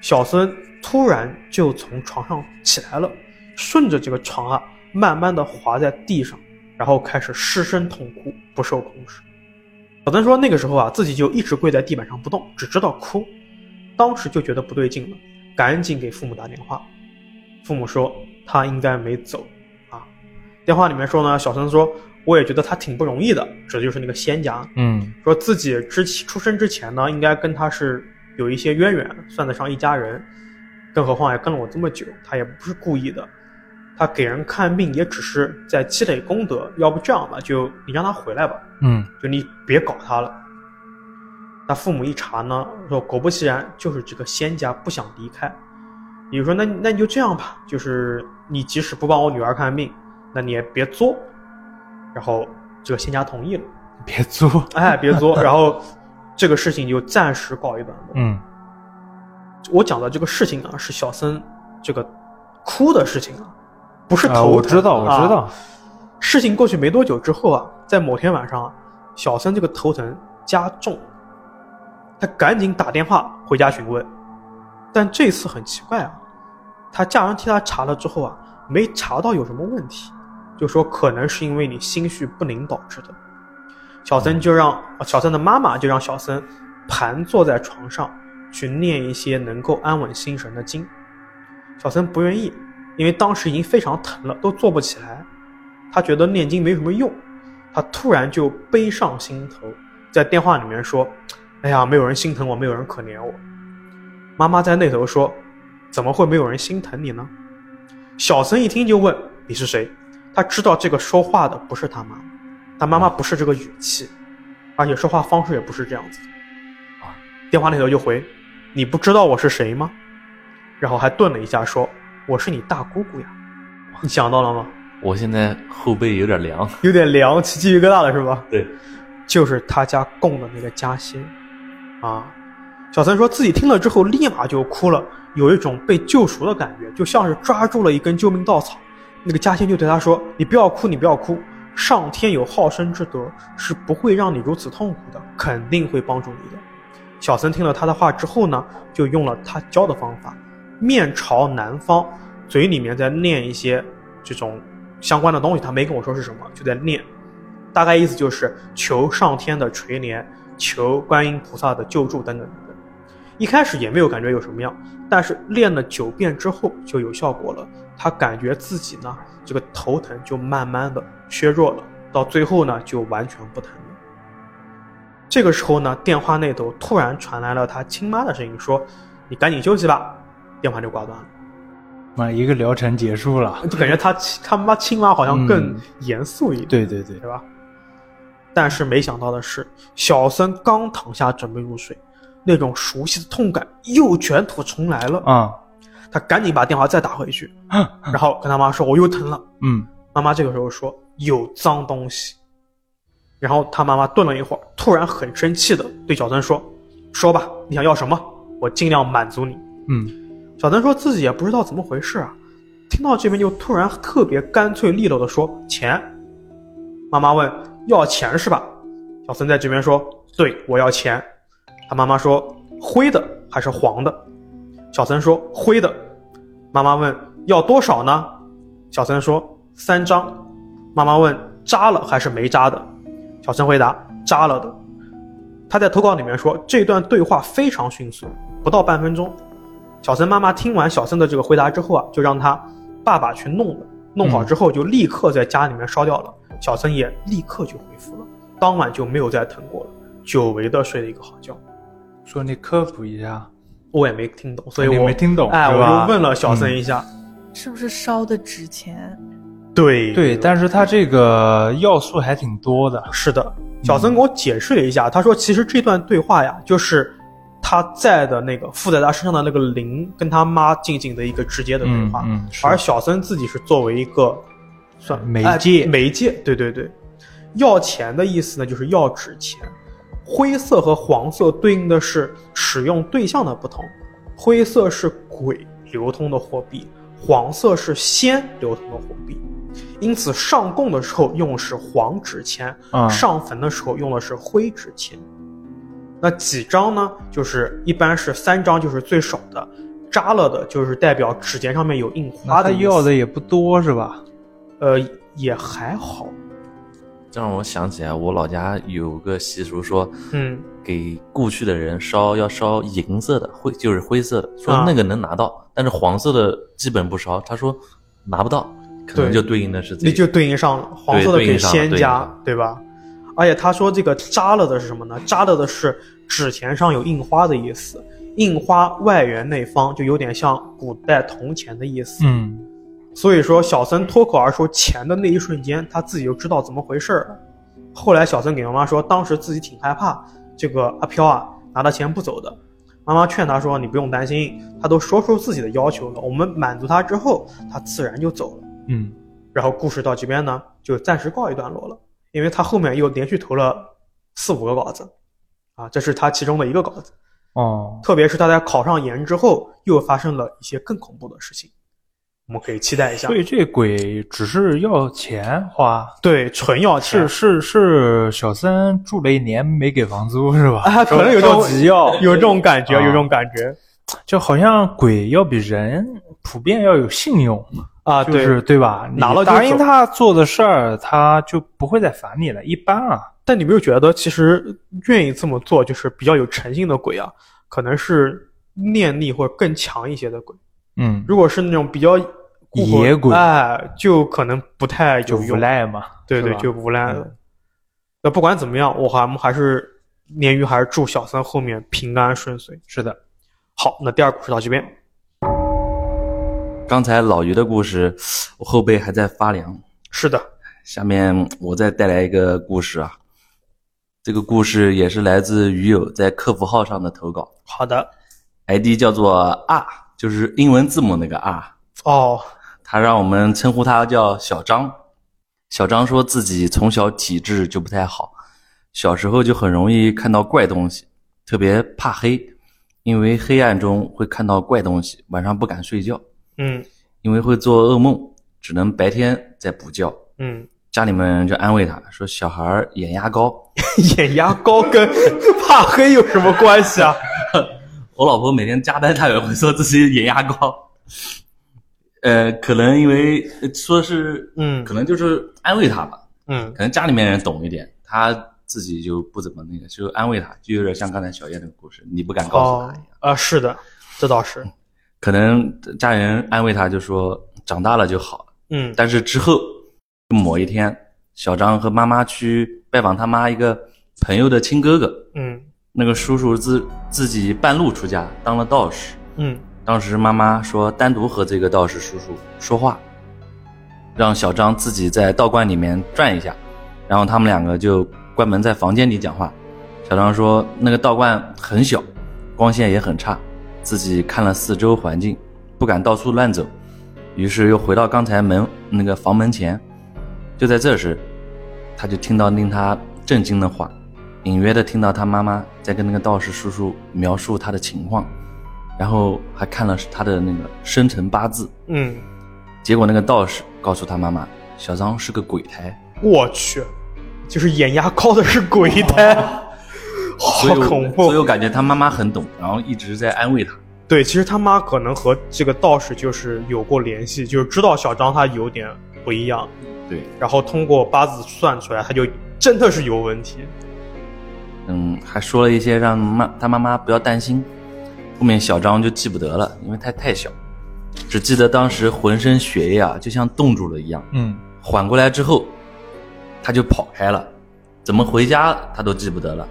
[SPEAKER 1] 小僧突然就从床上起来了，顺着这个床啊，慢慢的滑在地上，然后开始失声痛哭，不受控制。小僧说那个时候啊，自己就一直跪在地板上不动，只知道哭。当时就觉得不对劲了，赶紧给父母打电话。父母说他应该没走啊。电话里面说呢，小僧说我也觉得他挺不容易的，指的就是那个仙家，
[SPEAKER 2] 嗯，
[SPEAKER 1] 说自己之前出生之前呢，应该跟他是有一些渊源，算得上一家人。更何况也跟了我这么久，他也不是故意的，他给人看病也只是在积累功德。要不这样吧，就你让他回来吧，
[SPEAKER 2] 嗯，
[SPEAKER 1] 就你别搞他了。那父母一查呢，说果不其然，就是这个仙家不想离开。也就说，那那你就这样吧，就是你即使不帮我女儿看病，那你也别作。然后这个仙家同意了，
[SPEAKER 2] 别 作，
[SPEAKER 1] 哎，别作。然后这个事情就暂时告一段落。
[SPEAKER 2] 嗯，
[SPEAKER 1] 我讲的这个事情啊，是小僧这个哭的事情啊，不是头
[SPEAKER 2] 啊，
[SPEAKER 1] 疼、
[SPEAKER 2] 我知道，我
[SPEAKER 1] 啊
[SPEAKER 2] 知道，
[SPEAKER 1] 事情过去没多久之后啊，在某天晚上啊，小森这个头疼加重，他赶紧打电话回家询问，但这次很奇怪啊，他家人替他查了之后啊，没查到有什么问题，就说可能是因为你心绪不宁导致的。小森就让小森的妈妈就让小森盘坐在床上去念一些能够安稳心神的经，小森不愿意，因为当时已经非常疼了，都坐不起来。他觉得念经没什么用，他突然就悲上心头，在电话里面说：“哎呀，没有人心疼我，没有人可怜我。”妈妈在那头说：“怎么会没有人心疼你呢？”小森一听就问：“你是谁？”他知道这个说话的不是他妈，他妈妈不是这个语气，而且说话方式也不是这样子。啊电话那头就回：“你不知道我是谁吗？”然后还顿了一下说：“我是你大姑姑呀。”你想到了吗？
[SPEAKER 3] 我现在后背有点凉。
[SPEAKER 1] 有点凉，起鸡皮疙瘩了是吧？
[SPEAKER 3] 对，
[SPEAKER 1] 就是他家供的那个家仙，啊，小森说自己听了之后立马就哭了，有一种被救赎的感觉，就像是抓住了一根救命稻草。那个家仙就对他说：“你不要哭，你不要哭，上天有好生之德，是不会让你如此痛苦的，肯定会帮助你的。”小森听了他的话之后呢，就用了他教的方法，面朝南方，嘴里面在念一些这种相关的东西，他没跟我说是什么，就在念，大概意思就是求上天的垂怜，求观音菩萨的救助等等等等。一开始也没有感觉有什么样，但是练了九遍之后就有效果了。他感觉自己呢，这个头疼就慢慢的削弱了，到最后呢就完全不疼了。这个时候呢，电话那头突然传来了他亲妈的声音，说：“你赶紧休息吧。”电话就挂断了。
[SPEAKER 2] 妈一个疗程结束了。
[SPEAKER 1] 就感觉他他妈亲妈好像更
[SPEAKER 2] 嗯
[SPEAKER 1] 严肃一点，
[SPEAKER 2] 对对对，
[SPEAKER 1] 对吧？但是没想到的是，小森刚躺下准备入睡，那种熟悉的痛感又卷土重来了。
[SPEAKER 2] 啊，
[SPEAKER 1] 他赶紧把电话再打回去，然后跟他妈说：“我又疼了。
[SPEAKER 2] 嗯”
[SPEAKER 1] 妈妈这个时候说：“有脏东西。”然后他妈妈顿了一会儿，突然很生气的对小森说：“说吧，你想要什么？我尽量满足你。”
[SPEAKER 2] 嗯
[SPEAKER 1] 小森说自己也不知道怎么回事啊，听到这边就突然特别干脆利落的说钱。妈妈问要钱是吧？小森在这边说对，我要钱。他妈妈说灰的还是黄的？小森说灰的。妈妈问要多少呢？小森说三张。妈妈问扎了还是没扎的？小森回答扎了的。他在投稿里面说这段对话非常迅速，不到半分钟，小森妈妈听完小森的这个回答之后啊，就让他爸爸去弄了，弄好之后就立刻在家里面烧掉了。小森也立刻就恢复了，当晚就没有再疼过了，久违的睡了一个好觉。
[SPEAKER 2] 说你科普一下，
[SPEAKER 1] 我也没听懂，所以
[SPEAKER 2] 啊你
[SPEAKER 1] 我
[SPEAKER 2] 没听懂
[SPEAKER 1] 哎，
[SPEAKER 2] 是
[SPEAKER 1] 我
[SPEAKER 2] 吧
[SPEAKER 1] 就问了小森一下。
[SPEAKER 4] 是不是烧的纸钱？
[SPEAKER 1] 对
[SPEAKER 2] 嗯对，但是它这个要素还挺多的。
[SPEAKER 1] 是的，小森给我解释了一下，他说其实这段对话呀，就是他在的那个附在他身上的那个灵跟他妈进行的一个直接的对话，
[SPEAKER 2] 嗯嗯是
[SPEAKER 1] 而小森自己是作为一个算
[SPEAKER 2] 媒
[SPEAKER 1] 哎
[SPEAKER 2] 介
[SPEAKER 1] 媒介，对对对，要钱的意思呢就是要纸钱，灰色和黄色对应的是使用对象的不同，灰色是鬼流通的货币，黄色是仙流通的货币。因此，上供的时候用的是黄纸钱，
[SPEAKER 2] 嗯
[SPEAKER 1] 上坟的时候用的是灰纸钱。那几张呢？就是一般是三张，就是最少的。扎了的就是代表纸钱上面有印花
[SPEAKER 2] 那
[SPEAKER 1] 的
[SPEAKER 2] 他
[SPEAKER 1] 意思，
[SPEAKER 2] 要的也不多是吧？
[SPEAKER 1] 呃也还好，
[SPEAKER 3] 这让我想起来，我老家有个习俗说，
[SPEAKER 1] 嗯，
[SPEAKER 3] 给故去的人烧要烧银色的，灰就是灰色的，说
[SPEAKER 1] 啊
[SPEAKER 3] 那个能拿到，但是黄色的基本不烧。他说拿不到，可能
[SPEAKER 1] 对
[SPEAKER 3] 就对应的是这
[SPEAKER 1] 那
[SPEAKER 3] 个。
[SPEAKER 1] 就对应上了，黄色的
[SPEAKER 3] 对
[SPEAKER 1] 给
[SPEAKER 3] 应上了
[SPEAKER 1] 仙
[SPEAKER 3] 对应
[SPEAKER 1] 家
[SPEAKER 3] 上了，
[SPEAKER 1] 对吧？而且他说这个扎了的是什么呢？扎了的是纸钱上有印花的意思，印花外圆内方，就有点像古代铜钱的意思。
[SPEAKER 2] 嗯
[SPEAKER 1] 所以说，小森脱口而出钱的那一瞬间，他自己就知道怎么回事儿了。后来，小森给妈妈说，当时自己挺害怕，这个阿飘啊拿了钱不走的。妈妈劝他说：“你不用担心，他都说出自己的要求了，我们满足他之后，他自然就走了。”
[SPEAKER 2] 嗯，
[SPEAKER 1] 然后故事到这边呢，就暂时告一段落了，因为他后面又连续投了四五个稿子，啊，这是他其中的一个稿子。
[SPEAKER 2] 哦，
[SPEAKER 1] 特别是他在考上研之后，又发生了一些更恐怖的事情，我们可以期待一下
[SPEAKER 2] 所。以这鬼只是要钱花，
[SPEAKER 1] 对，纯要钱
[SPEAKER 2] 是是是，小三住了一年没给房租是吧？
[SPEAKER 1] 啊，可能有这
[SPEAKER 2] 着
[SPEAKER 1] 种
[SPEAKER 2] 急要，
[SPEAKER 1] 有这种感觉，
[SPEAKER 2] 啊
[SPEAKER 1] 有这种感觉
[SPEAKER 2] 就好像鬼要比人普遍要有信用，
[SPEAKER 1] 啊，
[SPEAKER 2] 就
[SPEAKER 1] 对
[SPEAKER 2] 是对吧？你
[SPEAKER 1] 拿了就
[SPEAKER 2] 答
[SPEAKER 1] 走
[SPEAKER 2] 应他做的事儿，他就不会再烦你了。一般啊，
[SPEAKER 1] 但你没有觉得，其实愿意这么做就是比较有诚信的鬼啊，可能是念力或者更强一些的鬼。
[SPEAKER 2] 嗯，
[SPEAKER 1] 如果是那种比较孤魂
[SPEAKER 2] 野鬼
[SPEAKER 1] 哎，就可能不太
[SPEAKER 2] 就
[SPEAKER 1] 有
[SPEAKER 2] 无
[SPEAKER 1] 用。
[SPEAKER 2] 赖嘛，
[SPEAKER 1] 对
[SPEAKER 2] 是
[SPEAKER 1] 对，
[SPEAKER 2] 吧
[SPEAKER 1] 就无赖
[SPEAKER 2] 嗯
[SPEAKER 1] 了。那不管怎么样，我还我们还是鲶鱼，还是祝小三后面平安顺遂。
[SPEAKER 2] 是的，
[SPEAKER 1] 好，那第二故事到这边，
[SPEAKER 3] 刚才老于的故事，我后背还在发凉。
[SPEAKER 1] 是的，
[SPEAKER 3] 下面我再带来一个故事啊，这个故事也是来自鱼友在客服号上的投稿
[SPEAKER 1] 好的，
[SPEAKER 3] ，ID 叫做 R，就是英文字母那个 R。
[SPEAKER 1] 哦，
[SPEAKER 3] 他让我们称呼他叫小张。小张说自己从小体质就不太好，小时候就很容易看到怪东西，特别怕黑，因为黑暗中会看到怪东西，晚上不敢睡觉，
[SPEAKER 1] 嗯
[SPEAKER 3] 因为会做噩梦，只能白天再补觉。
[SPEAKER 1] 嗯，
[SPEAKER 3] 家里面就安慰他说：“小孩儿眼压高。
[SPEAKER 1] 眼压高跟 怕黑有什么关系啊？”
[SPEAKER 3] 我老婆每天加班，她也会说自己眼压高。 呃，可能因为呃说是，
[SPEAKER 1] 嗯
[SPEAKER 3] 可能就是安慰他吧。
[SPEAKER 1] 嗯
[SPEAKER 3] 可能家里面人懂一点，他自己就不怎么那个，就安慰他，就有点像刚才小叶那个故事，你不敢告诉
[SPEAKER 1] 哦
[SPEAKER 3] 他一样。
[SPEAKER 1] 啊，是的，这倒是，
[SPEAKER 3] 可能家里人安慰他，就说长大了就好了。
[SPEAKER 1] 嗯
[SPEAKER 3] 但是之后某一天，小张和妈妈去拜访他妈一个朋友的亲哥哥，
[SPEAKER 1] 嗯
[SPEAKER 3] 那个叔叔自自己半路出家当了道士，
[SPEAKER 1] 嗯
[SPEAKER 3] 当时妈妈说单独和这个道士叔叔说话，让小张自己在道观里面转一下，然后他们两个就关门在房间里讲话。小张说那个道观很小，光线也很差，自己看了四周环境，不敢到处乱走，于是又回到刚才门那个房门前。就在这时，他就听到令他震惊的话，隐约的听到他妈妈在跟那个道士叔叔描述他的情况，然后还看了他的那个生辰八字。
[SPEAKER 1] 嗯，
[SPEAKER 3] 结果那个道士告诉他妈妈，小张是个鬼胎，
[SPEAKER 1] 我去，就是眼压高的是鬼胎，
[SPEAKER 3] 所
[SPEAKER 1] 好
[SPEAKER 3] 以我
[SPEAKER 1] 恐
[SPEAKER 3] 所以我
[SPEAKER 1] 怖。
[SPEAKER 3] 感觉他妈妈很懂，然后一直在安慰他。
[SPEAKER 1] 对，其实他妈可能和这个道士就是有过联系，就是知道小张他有点不一样，
[SPEAKER 3] 对，
[SPEAKER 1] 然后通过八字算出来，他就真的是有问题。
[SPEAKER 3] 嗯，还说了一些让妈他妈妈不要担心。后面小张就记不得了，因为他太小，只记得当时浑身血液啊，就像冻住了一样。
[SPEAKER 2] 嗯，
[SPEAKER 3] 缓过来之后，他就跑开了，怎么回家他都记不得了。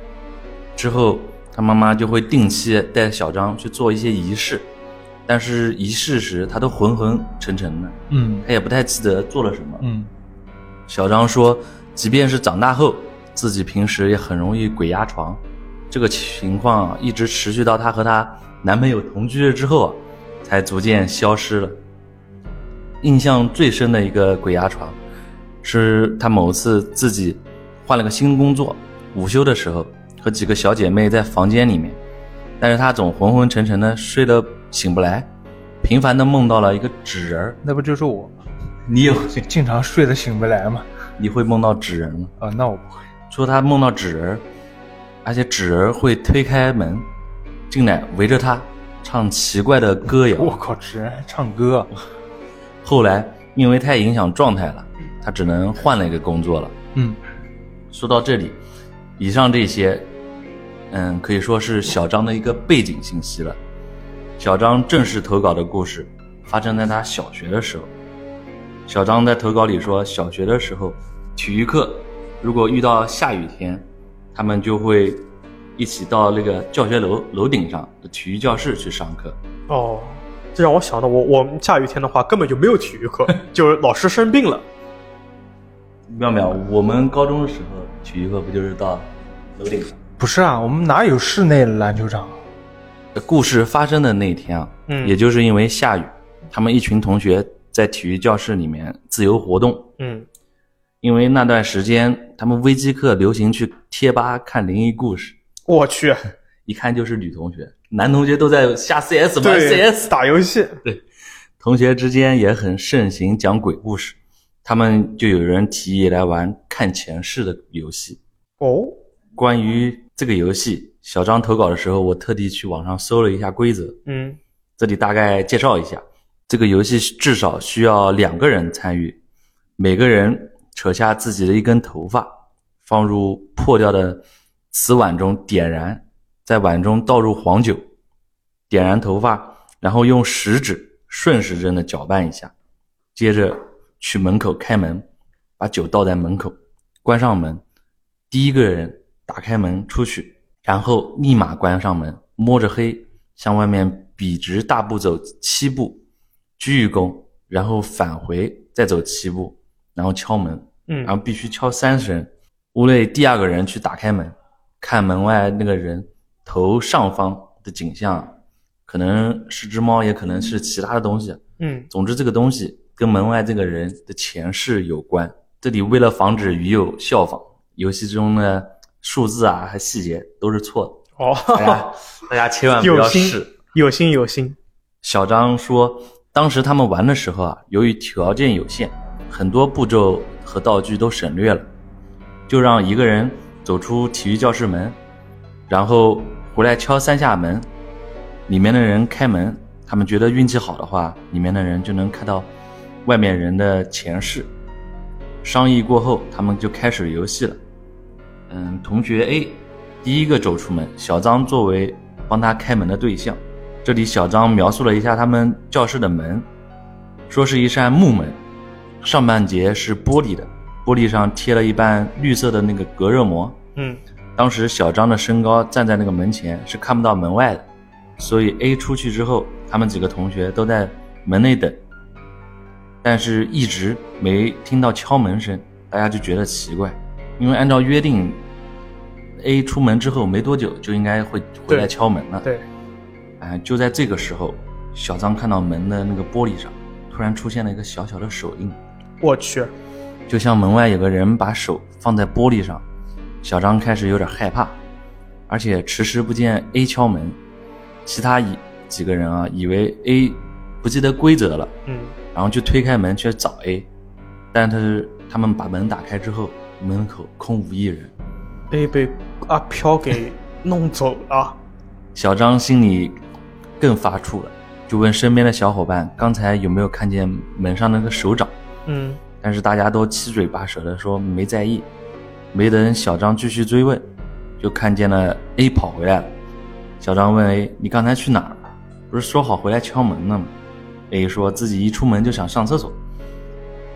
[SPEAKER 3] 之后他妈妈就会定期带小张去做一些仪式，但是仪式时他都浑浑沉沉的，
[SPEAKER 2] 嗯
[SPEAKER 3] 他也不太记得做了什么。
[SPEAKER 2] 嗯
[SPEAKER 3] 小张说，即便是长大后，自己平时也很容易鬼压床，这个情况啊一直持续到她和她男朋友同居了之后啊，才逐渐消失了。印象最深的一个鬼压床，是她某次自己换了个新工作，午休的时候和几个小姐妹在房间里面，但是她总昏昏沉沉的睡得醒不来，频繁的梦到了一个纸人儿。
[SPEAKER 2] 那不就是我吗？
[SPEAKER 3] 你有
[SPEAKER 2] 经经常睡得醒不来嘛。
[SPEAKER 3] 你会梦到纸人吗？
[SPEAKER 2] 啊，那我不会。
[SPEAKER 3] 说他梦到纸人儿，而且纸人儿会推开门进来，围着他唱奇怪的歌谣。
[SPEAKER 2] 我靠，直人唱 歌，
[SPEAKER 3] 后来因为太影响状态了，他只能换了一个工作了。
[SPEAKER 2] 嗯
[SPEAKER 3] 说到这里，以上这些，嗯，可以说是小张的一个背景信息了。小张正式投稿的故事发生在他小学的时候。小张在投稿里说，小学的时候，体育课如果遇到下雨天，他们就会一起到那个教学楼楼顶上的体育教室去上课。
[SPEAKER 1] 哦，这让我想到我我们下雨天的话根本就没有体育 课，就是老师生病了。
[SPEAKER 3] 妙妙，我们高中的时候体育课不就是到楼顶上？
[SPEAKER 2] 不是啊，我们哪有室内篮球场啊？
[SPEAKER 3] 故事发生的那一天啊，
[SPEAKER 1] 嗯
[SPEAKER 3] 也就是因为下雨，他们一群同学在体育教室里面自由活动。
[SPEAKER 1] 嗯，
[SPEAKER 3] 因为那段时间，他们微机课流行去贴吧看灵异故事，
[SPEAKER 1] 我去，
[SPEAKER 3] 一看就是女同学，男同学都在下 CS 玩
[SPEAKER 1] 对
[SPEAKER 3] CS，
[SPEAKER 1] 打游戏，
[SPEAKER 3] 同学之间也很盛行讲鬼故事，他们就有人提议来玩看前世的游戏。
[SPEAKER 1] 哦，
[SPEAKER 3] 关于这个游戏，小张投稿的时候，我特地去网上搜了一下规则，
[SPEAKER 1] 嗯
[SPEAKER 3] 这里大概介绍一下，这个游戏至少需要两个人参与，每个人扯下自己的一根头发，放入破掉的瓷碗中点燃，在碗中倒入黄酒，点燃头发，然后用食指顺时针的搅拌一下，接着去门口开门，把酒倒在门口，关上门，第一个人打开门出去，然后立马关上门，摸着黑向外面笔直大步走七步，鞠一躬，然后返回，再走七步，然后敲门，
[SPEAKER 1] 嗯
[SPEAKER 3] 然后必须敲三声。屋内第二个人去打开门，看门外那个人头上方的景象，可能是只猫，也可能是其他的东西。
[SPEAKER 1] 嗯，
[SPEAKER 3] 总之，这个东西跟门外这个人的前世有关。这里为了防止鱼友效仿，游戏中的数字啊和细节都是错
[SPEAKER 1] 哦，
[SPEAKER 3] 的，大家大家哎千万不
[SPEAKER 1] 有
[SPEAKER 3] 要
[SPEAKER 1] 心
[SPEAKER 3] 试。
[SPEAKER 1] 有心有心，
[SPEAKER 3] 小张说，当时他们玩的时候啊，由于条件有限，很多步骤和道具都省略了，就让一个人走出体育教室门，然后回来敲三下门，里面的人开门。他们觉得运气好的话，里面的人就能看到外面人的前世。商议过后，他们就开始游戏了。嗯，同学 A 第一个走出门，小张作为帮他开门的对象。这里小张描述了一下他们教室的门，说是一扇木门，上半截是玻璃的，玻璃上贴了一半绿色的那个隔热膜。
[SPEAKER 1] 嗯
[SPEAKER 3] 当时小张的身高站在那个门前是看不到门外的，所以 A 出去之后，他们几个同学都在门内等，但是一直没听到敲门声，大家就觉得奇怪，因为按照约定，A 出门之后没多久就应该会回来
[SPEAKER 1] 对
[SPEAKER 3] 敲门了。
[SPEAKER 1] 对，
[SPEAKER 3] 哎，就在这个时候，小张看到门的那个玻璃上突然出现了一个小小的手印，
[SPEAKER 1] 我去，嗯
[SPEAKER 3] 就像门外有个人把手放在玻璃上。小张开始有点害怕，而且迟迟不见 A 敲门，其他一几个人啊，以为 A 不记得规则了，
[SPEAKER 1] 嗯，
[SPEAKER 3] 然后就推开门去找 A，但是他们把门打开之后，门口空无一人。
[SPEAKER 1] A 被阿飘给弄走了。
[SPEAKER 3] 小张心里更发怵了，就问身边的小伙伴刚才有没有看见门上那个手掌。
[SPEAKER 1] 嗯，
[SPEAKER 3] 但是大家都七嘴八舌的说没在意。没等小张继续追问，就看见了 A 跑回来了。小张问 A：“ 你刚才去哪儿了？啊不是说好回来敲门呢吗？”A 说自己一出门就想上厕所，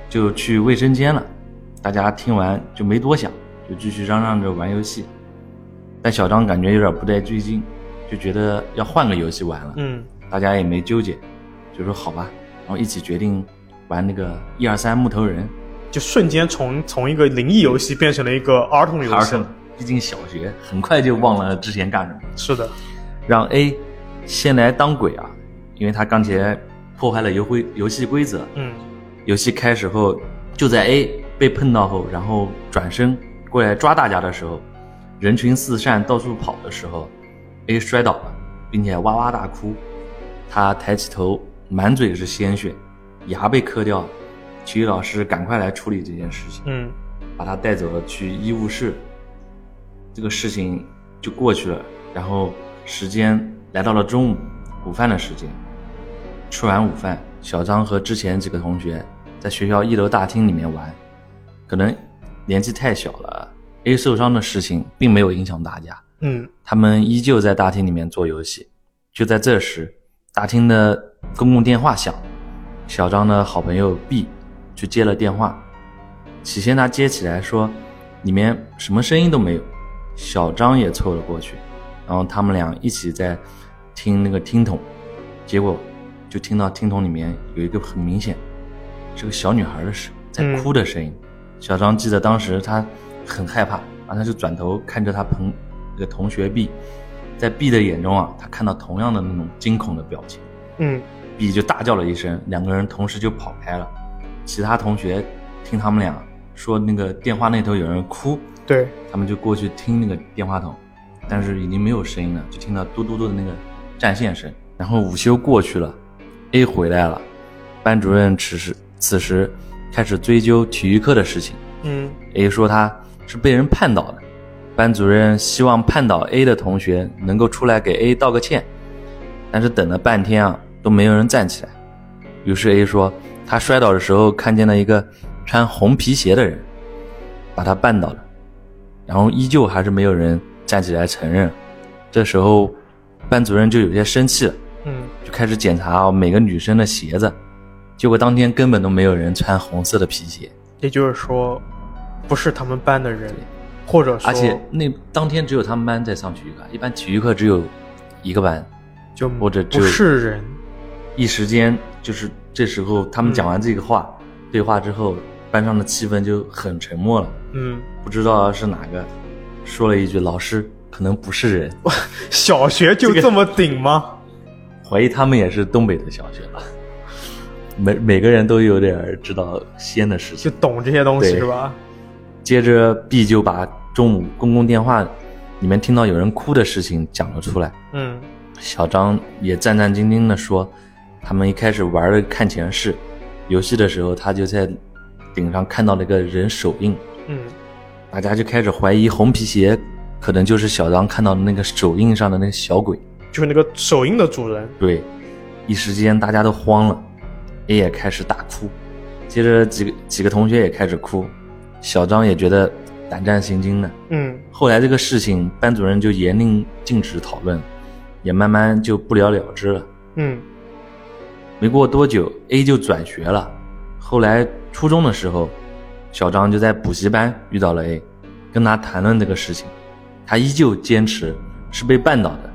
[SPEAKER 3] 就去卫生间了。大家听完就没多想，就继续嚷嚷着玩游戏。但小张感觉有点不太对劲，就觉得要换个游戏玩了。
[SPEAKER 1] 嗯，
[SPEAKER 3] 大家也没纠结，就说好吧，然后一起决定玩那个一二三木头人。
[SPEAKER 1] 就瞬间从从一个灵异游戏变成了一个儿童游
[SPEAKER 3] 儿
[SPEAKER 1] 戏
[SPEAKER 3] 童
[SPEAKER 1] 了。，
[SPEAKER 3] 毕竟小学，很快就忘了之前干什么。
[SPEAKER 1] 是的，
[SPEAKER 3] 让 A 先来当鬼啊，因为他刚才破坏了游规游戏规则。
[SPEAKER 1] 嗯，
[SPEAKER 3] 游戏开始后，就在 A 被碰到后，然后转身过来抓大家的时候，人群四散到处跑的时候，A 摔倒了，并且哇哇大哭。他抬起头，满嘴是鲜血，牙被磕掉了。体育老师赶快来处理这件事情，
[SPEAKER 1] 嗯，
[SPEAKER 3] 把他带走了去医务室。这个事情就过去了，然后时间来到了中午午饭的时间。吃完午饭，小张和之前几个同学在学校一楼大厅里面玩，可能年纪太小了，A 受伤的事情并没有影响大家，
[SPEAKER 1] 嗯，
[SPEAKER 3] 他们依旧在大厅里面做游戏。就在这时，大厅的公共电话响，小张的好朋友 B 去接了电话。起先他接起来说，里面什么声音都没有，小张也凑了过去，然后他们俩一起在听那个听筒，结果就听到听筒里面有一个很明显是个小女孩的声在哭的声音。小张记得当时他很害怕，然后他就转头看着他朋那个同学 B，在 B 的眼中啊，他看到同样的那种惊恐的表情。
[SPEAKER 1] 嗯，
[SPEAKER 3] B 就大叫了一声，两个人同时就跑开了。其他同学听他们俩说那个电话那头有人哭，
[SPEAKER 1] 对，
[SPEAKER 3] 他们就过去听那个电话筒，但是已经没有声音了，就听到嘟嘟嘟的那个占线声。然后午休过去了，A 回来了，班主任此时此时开始追究体育课的事情。
[SPEAKER 1] 嗯，
[SPEAKER 3] A 说他是被人绊倒的，班主任希望绊倒 A 的同学能够出来给 A 道个歉，但是等了半天啊都没有人站起来。于是 A 说他摔倒的时候看见了一个穿红皮鞋的人，把他绊倒了，然后依旧还是没有人站起来承认。这时候班主任就有些生气了，
[SPEAKER 1] 嗯，
[SPEAKER 3] 就开始检查哦每个女生的鞋子，结果当天根本都没有人穿红色的皮鞋。
[SPEAKER 1] 也就是说，不是他们班的人，或者说，
[SPEAKER 3] 而且那当天只有他们班在上体育课，一般体育课只有一个班。
[SPEAKER 1] 就
[SPEAKER 3] 或者只
[SPEAKER 1] 不
[SPEAKER 3] 有
[SPEAKER 1] 是人，
[SPEAKER 3] 一时间就是这时候他们讲
[SPEAKER 1] 嗯
[SPEAKER 3] 完这个话、对话之后，班上的气氛就很沉默了。
[SPEAKER 1] 嗯，
[SPEAKER 3] 不知道是哪个说了一句“老师可能不是人
[SPEAKER 1] 小学就这么顶吗？”，
[SPEAKER 3] 怀疑他们也是东北的小学了。每每个人都有点儿知道仙的事情
[SPEAKER 1] 就，懂这些东西
[SPEAKER 3] 对
[SPEAKER 1] 是吧？
[SPEAKER 3] 接着 B 就把中午公共电话里面听到有人哭的事情讲了出来。
[SPEAKER 1] 嗯，
[SPEAKER 3] 小张也战战兢兢地说，他们一开始玩了看前世游戏的时候，他就在顶上看到了一个人手印，
[SPEAKER 1] 嗯，
[SPEAKER 3] 大家就开始怀疑红皮鞋可能就是小张看到的那个手印上的那个小鬼。
[SPEAKER 1] 就是那个手印的主人，
[SPEAKER 3] 对，一时间大家都慌了，A 也开始大哭，接着几个几个同学也开始哭，小张也觉得胆战心惊的。
[SPEAKER 1] 嗯，
[SPEAKER 3] 后来这个事情，班主任就严令禁止讨论，也慢慢就不了了之了。
[SPEAKER 1] 嗯，
[SPEAKER 3] 没过多久，A 就转学了。后来初中的时候，小张就在补习班遇到了 A，跟他谈论这个事情，他依旧坚持是被绊倒的，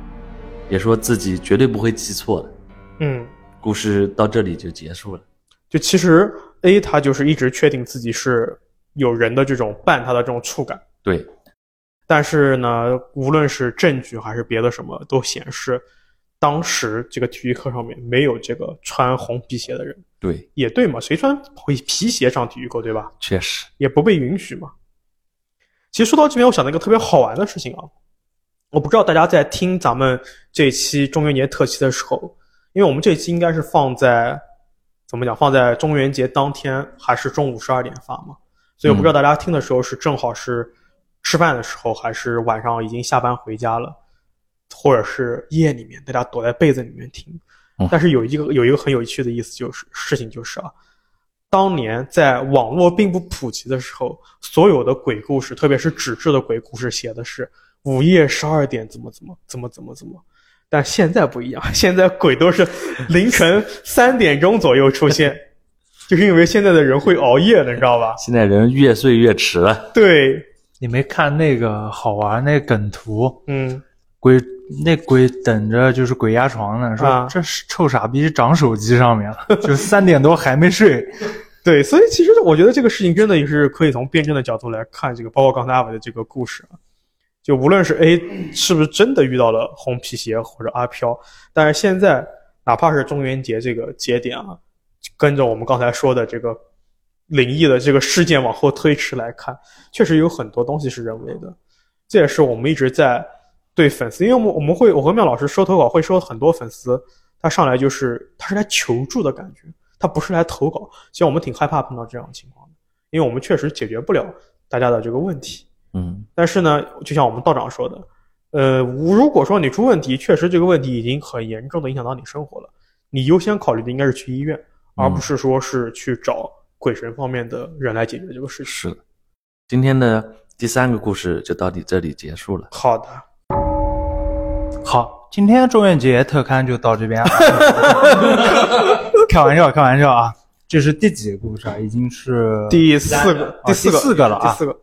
[SPEAKER 3] 也说自己绝对不会记错的。
[SPEAKER 1] 嗯，
[SPEAKER 3] 故事到这里就结束了。
[SPEAKER 1] 就其实 A 他就是一直确定自己是有人的这种绊他的这种触感，
[SPEAKER 3] 对，
[SPEAKER 1] 但是呢，无论是证据还是别的什么，都显示当时这个体育课上面没有这个穿红皮鞋的人。
[SPEAKER 3] 对，
[SPEAKER 1] 也对嘛，谁穿皮皮鞋上体育课对吧？
[SPEAKER 3] 确实，
[SPEAKER 1] 也不被允许嘛。其实说到这边，我想到一个特别好玩的事情啊，我不知道大家在听咱们这期中元节特辑的时候，因为我们这期应该是放在怎么讲，放在中元节当天还是中午十二点发嘛，所以我不知道大家听的时候是正好是吃饭的时候，还是晚上已经下班回家了，或者是夜里面大家躲在被子里面听
[SPEAKER 3] 嗯。
[SPEAKER 1] 但是有一个有一个很有趣的意思就是事情就是啊，当年在网络并不普及的时候，所有的鬼故事，特别是纸质的鬼故事，写的是午夜十二点怎么怎么怎么怎么怎么。但现在不一样， 现在鬼都是凌晨三点钟左右出现，就是因为现在的人会熬夜了，你知道吧？
[SPEAKER 3] 现在人越睡越迟了。
[SPEAKER 1] 对，
[SPEAKER 2] 你没看那个好玩那梗图，
[SPEAKER 1] 嗯，
[SPEAKER 2] 鬼那鬼等着就是鬼压床呢，
[SPEAKER 1] 啊
[SPEAKER 2] 说这是臭傻逼长手机上 面了，就三点多还没睡，
[SPEAKER 1] 对，所以其实我觉得这个事情真的也是可以从辩证的角度来看，这个包括刚才阿伟的这个故事啊，就无论是 A 是不是真的遇到了红皮鞋或者阿飘，但是现在哪怕是中元节这个节点啊，跟着我们刚才说的这个灵异的这个事件往后推迟来看，确实有很多东西是人为的，这也是我们一直在对粉丝，因为我们我们会我和妙老师收投稿会收很多粉丝，他上来就是他是来求助的感觉，他不是来投稿，其实我们挺害怕碰到这样的情况的，因为我们确实解决不了大家的这个问题。
[SPEAKER 3] 嗯，
[SPEAKER 1] 但是呢，就像我们道长说的，呃，如果说你出问题，确实这个问题已经很严重的影响到你生活了，你优先考虑的应该是去医院，而
[SPEAKER 2] 嗯
[SPEAKER 1] 不是说是去找鬼神方面的人来解决这个事情。
[SPEAKER 3] 是的。今天的第三个故事就到你这里结束了。
[SPEAKER 1] 好的，
[SPEAKER 2] 好，今天中元节特刊就到这边啊，开玩笑，开玩笑啊！这是第几个故事啊？已经是
[SPEAKER 1] 第四个，
[SPEAKER 2] 第
[SPEAKER 1] 四个，
[SPEAKER 2] 第四个了啊
[SPEAKER 1] 第四个，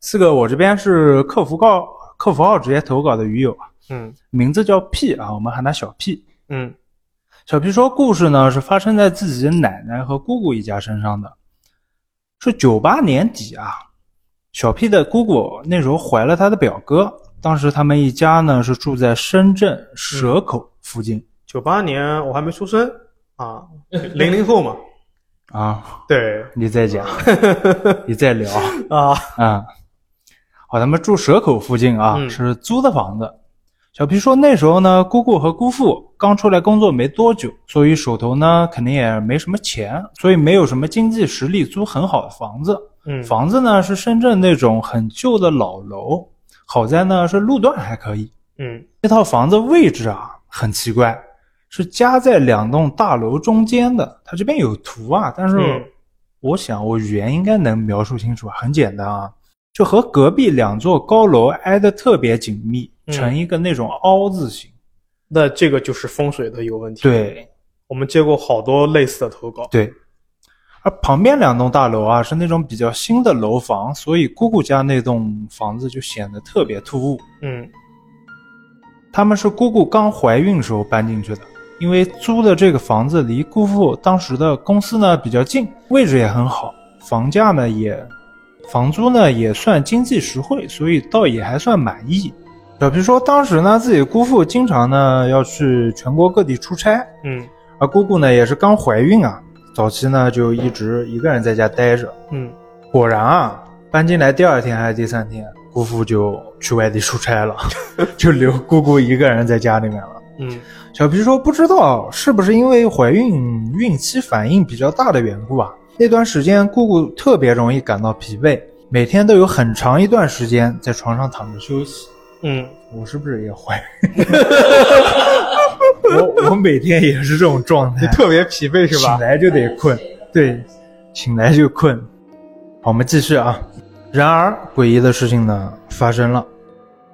[SPEAKER 2] 四个。我这边是客服告客服号直接投稿的鱼友啊，
[SPEAKER 1] 嗯
[SPEAKER 2] 名字叫 P 啊，我们喊他小 P。
[SPEAKER 1] 嗯
[SPEAKER 2] 小 P 说，故事呢是发生在自己的奶奶和姑姑一家身上的，是九八年底啊。小 P 的姑姑那时候怀了他的表哥，当时他们一家呢是住在深圳蛇口附近、
[SPEAKER 1] 九八年我还没出生啊，零零 后嘛，
[SPEAKER 2] 啊。
[SPEAKER 1] 对
[SPEAKER 2] 你再讲，你再聊
[SPEAKER 1] 啊，
[SPEAKER 2] 啊。好，咱们住蛇口附近啊，
[SPEAKER 1] 嗯
[SPEAKER 2] 是租的房子。小皮说那时候呢，姑姑和姑父刚出来工作没多久，所以手头呢肯定也没什么钱，所以没有什么经济实力租很好的房子。
[SPEAKER 1] 嗯，
[SPEAKER 2] 房子呢是深圳那种很旧的老楼，好在呢是路段还可以。
[SPEAKER 1] 嗯
[SPEAKER 2] 这套房子位置啊很奇怪，是夹在两栋大楼中间的。它这边有图啊，但是
[SPEAKER 1] 嗯
[SPEAKER 2] 我想我语言应该能描述清楚啊，很简单啊，就和隔壁两座高楼挨得特别紧密，
[SPEAKER 1] 嗯
[SPEAKER 2] 成一个那种凹字形。
[SPEAKER 1] 那这个就是风水的一个问题。，
[SPEAKER 2] 对
[SPEAKER 1] 我们接过好多类似的投稿。
[SPEAKER 2] 对，而旁边两栋大楼啊是那种比较新的楼房，所以姑姑家那栋房子就显得特别突兀。
[SPEAKER 1] 嗯
[SPEAKER 2] 他们是姑姑刚怀孕时候搬进去的，因为租的这个房子离姑父当时的公司呢比较近，位置也很好，房价呢也，房租呢也算经济实惠，所以倒也还算满意。小皮说，当时呢自己姑父经常呢要去全国各地出差，
[SPEAKER 1] 嗯
[SPEAKER 2] 而姑姑呢也是刚怀孕啊，早期呢就一直一个人在家待着。
[SPEAKER 1] 嗯
[SPEAKER 2] 果然啊，搬进来第二天还是第三天，姑父就去外地出差了， 就留姑姑一个人在家里面了。
[SPEAKER 1] 嗯
[SPEAKER 2] 小皮说，不知道是不是因为怀孕孕期反应比较大的缘故啊，那段时间姑姑特别容易感到疲惫，每天都有很长一段时间在床上躺着休息。
[SPEAKER 1] 嗯，
[SPEAKER 2] 我是不是也怀孕？ 我我每天也是这种状态，
[SPEAKER 1] 特别疲惫是吧
[SPEAKER 2] 醒？来就得困，对，醒来就困。好，我们继续啊。然而，诡异的事情呢发生了。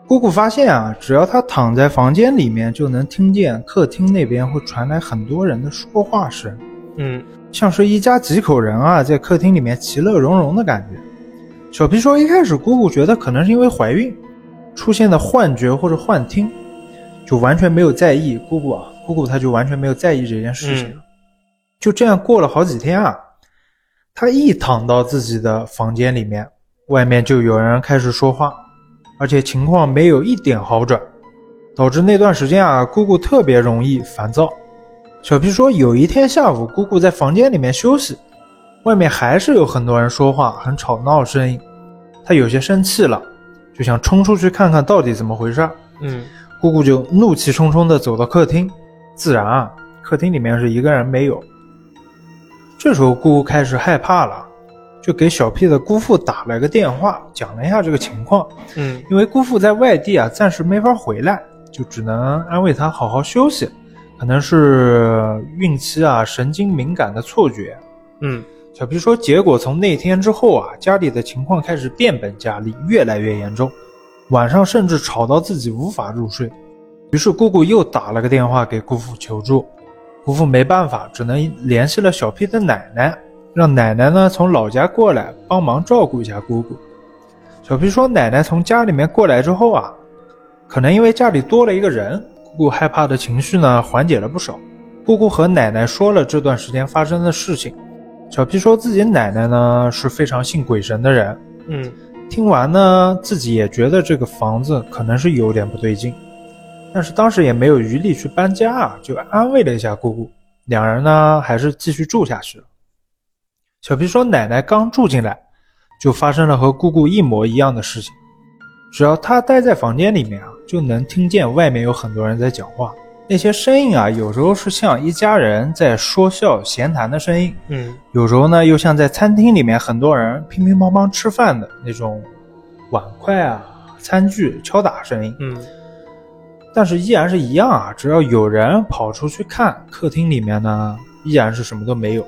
[SPEAKER 2] 姑姑发现啊，只要她躺在房间里面，就能听见客厅那边会传来很多人的说话声，
[SPEAKER 1] 嗯
[SPEAKER 2] 像是一家几口人啊在客厅里面其乐融融的感觉。小皮说，一开始姑姑觉得可能是因为怀孕出现的幻觉或者幻听，就完全没有在意姑姑啊，姑姑她就完全没有在意这件事情。
[SPEAKER 1] 嗯
[SPEAKER 2] 就这样过了好几天啊，她一躺到自己的房间里面，外面就有人开始说话，而且情况没有一点好转，导致那段时间啊，姑姑特别容易烦躁。小皮说，有一天下午，姑姑在房间里面休息，外面还是有很多人说话，很吵闹的声音，她有些生气了，就想冲出去看看到底怎么回事儿。
[SPEAKER 1] 嗯
[SPEAKER 2] 姑姑就怒气冲冲地走到客厅，自然啊，客厅里面是一个人没有。这时候姑姑开始害怕了，就给小屁的姑父打了个电话，讲了一下这个情况。
[SPEAKER 1] 嗯
[SPEAKER 2] 因为姑父在外地啊，暂时没法回来，就只能安慰他好好休息，可能是孕期啊神经敏感的错觉。
[SPEAKER 1] 嗯
[SPEAKER 2] 小皮说，结果从那天之后啊，家里的情况开始变本加厉，越来越严重，晚上甚至吵到自己无法入睡。于是姑姑又打了个电话给姑父求助，姑父没办法，只能联系了小 P 的奶奶，让奶奶呢从老家过来帮忙照顾一下姑姑。小 P 说，奶奶从家里面过来之后啊，可能因为家里多了一个人，姑姑害怕的情绪呢缓解了不少。姑姑和奶奶说了这段时间发生的事情。小 P 说自己奶奶呢是非常信鬼神的人，
[SPEAKER 1] 嗯
[SPEAKER 2] 听完呢自己也觉得这个房子可能是有点不对劲，但是当时也没有余力去搬家啊，就安慰了一下姑姑，两人呢还是继续住下去了。小 P 说奶奶刚住进来，就发生了和姑姑一模一样的事情，只要她待在房间里面啊，就能听见外面有很多人在讲话。那些声音啊，有时候是像一家人在说笑闲谈的声音，
[SPEAKER 1] 嗯
[SPEAKER 2] 有时候呢，又像在餐厅里面很多人乒乒乓乓吃饭的那种碗筷啊、餐具敲打声音，
[SPEAKER 1] 嗯
[SPEAKER 2] 但是依然是一样啊。只要有人跑出去看，客厅里面呢依然是什么都没有。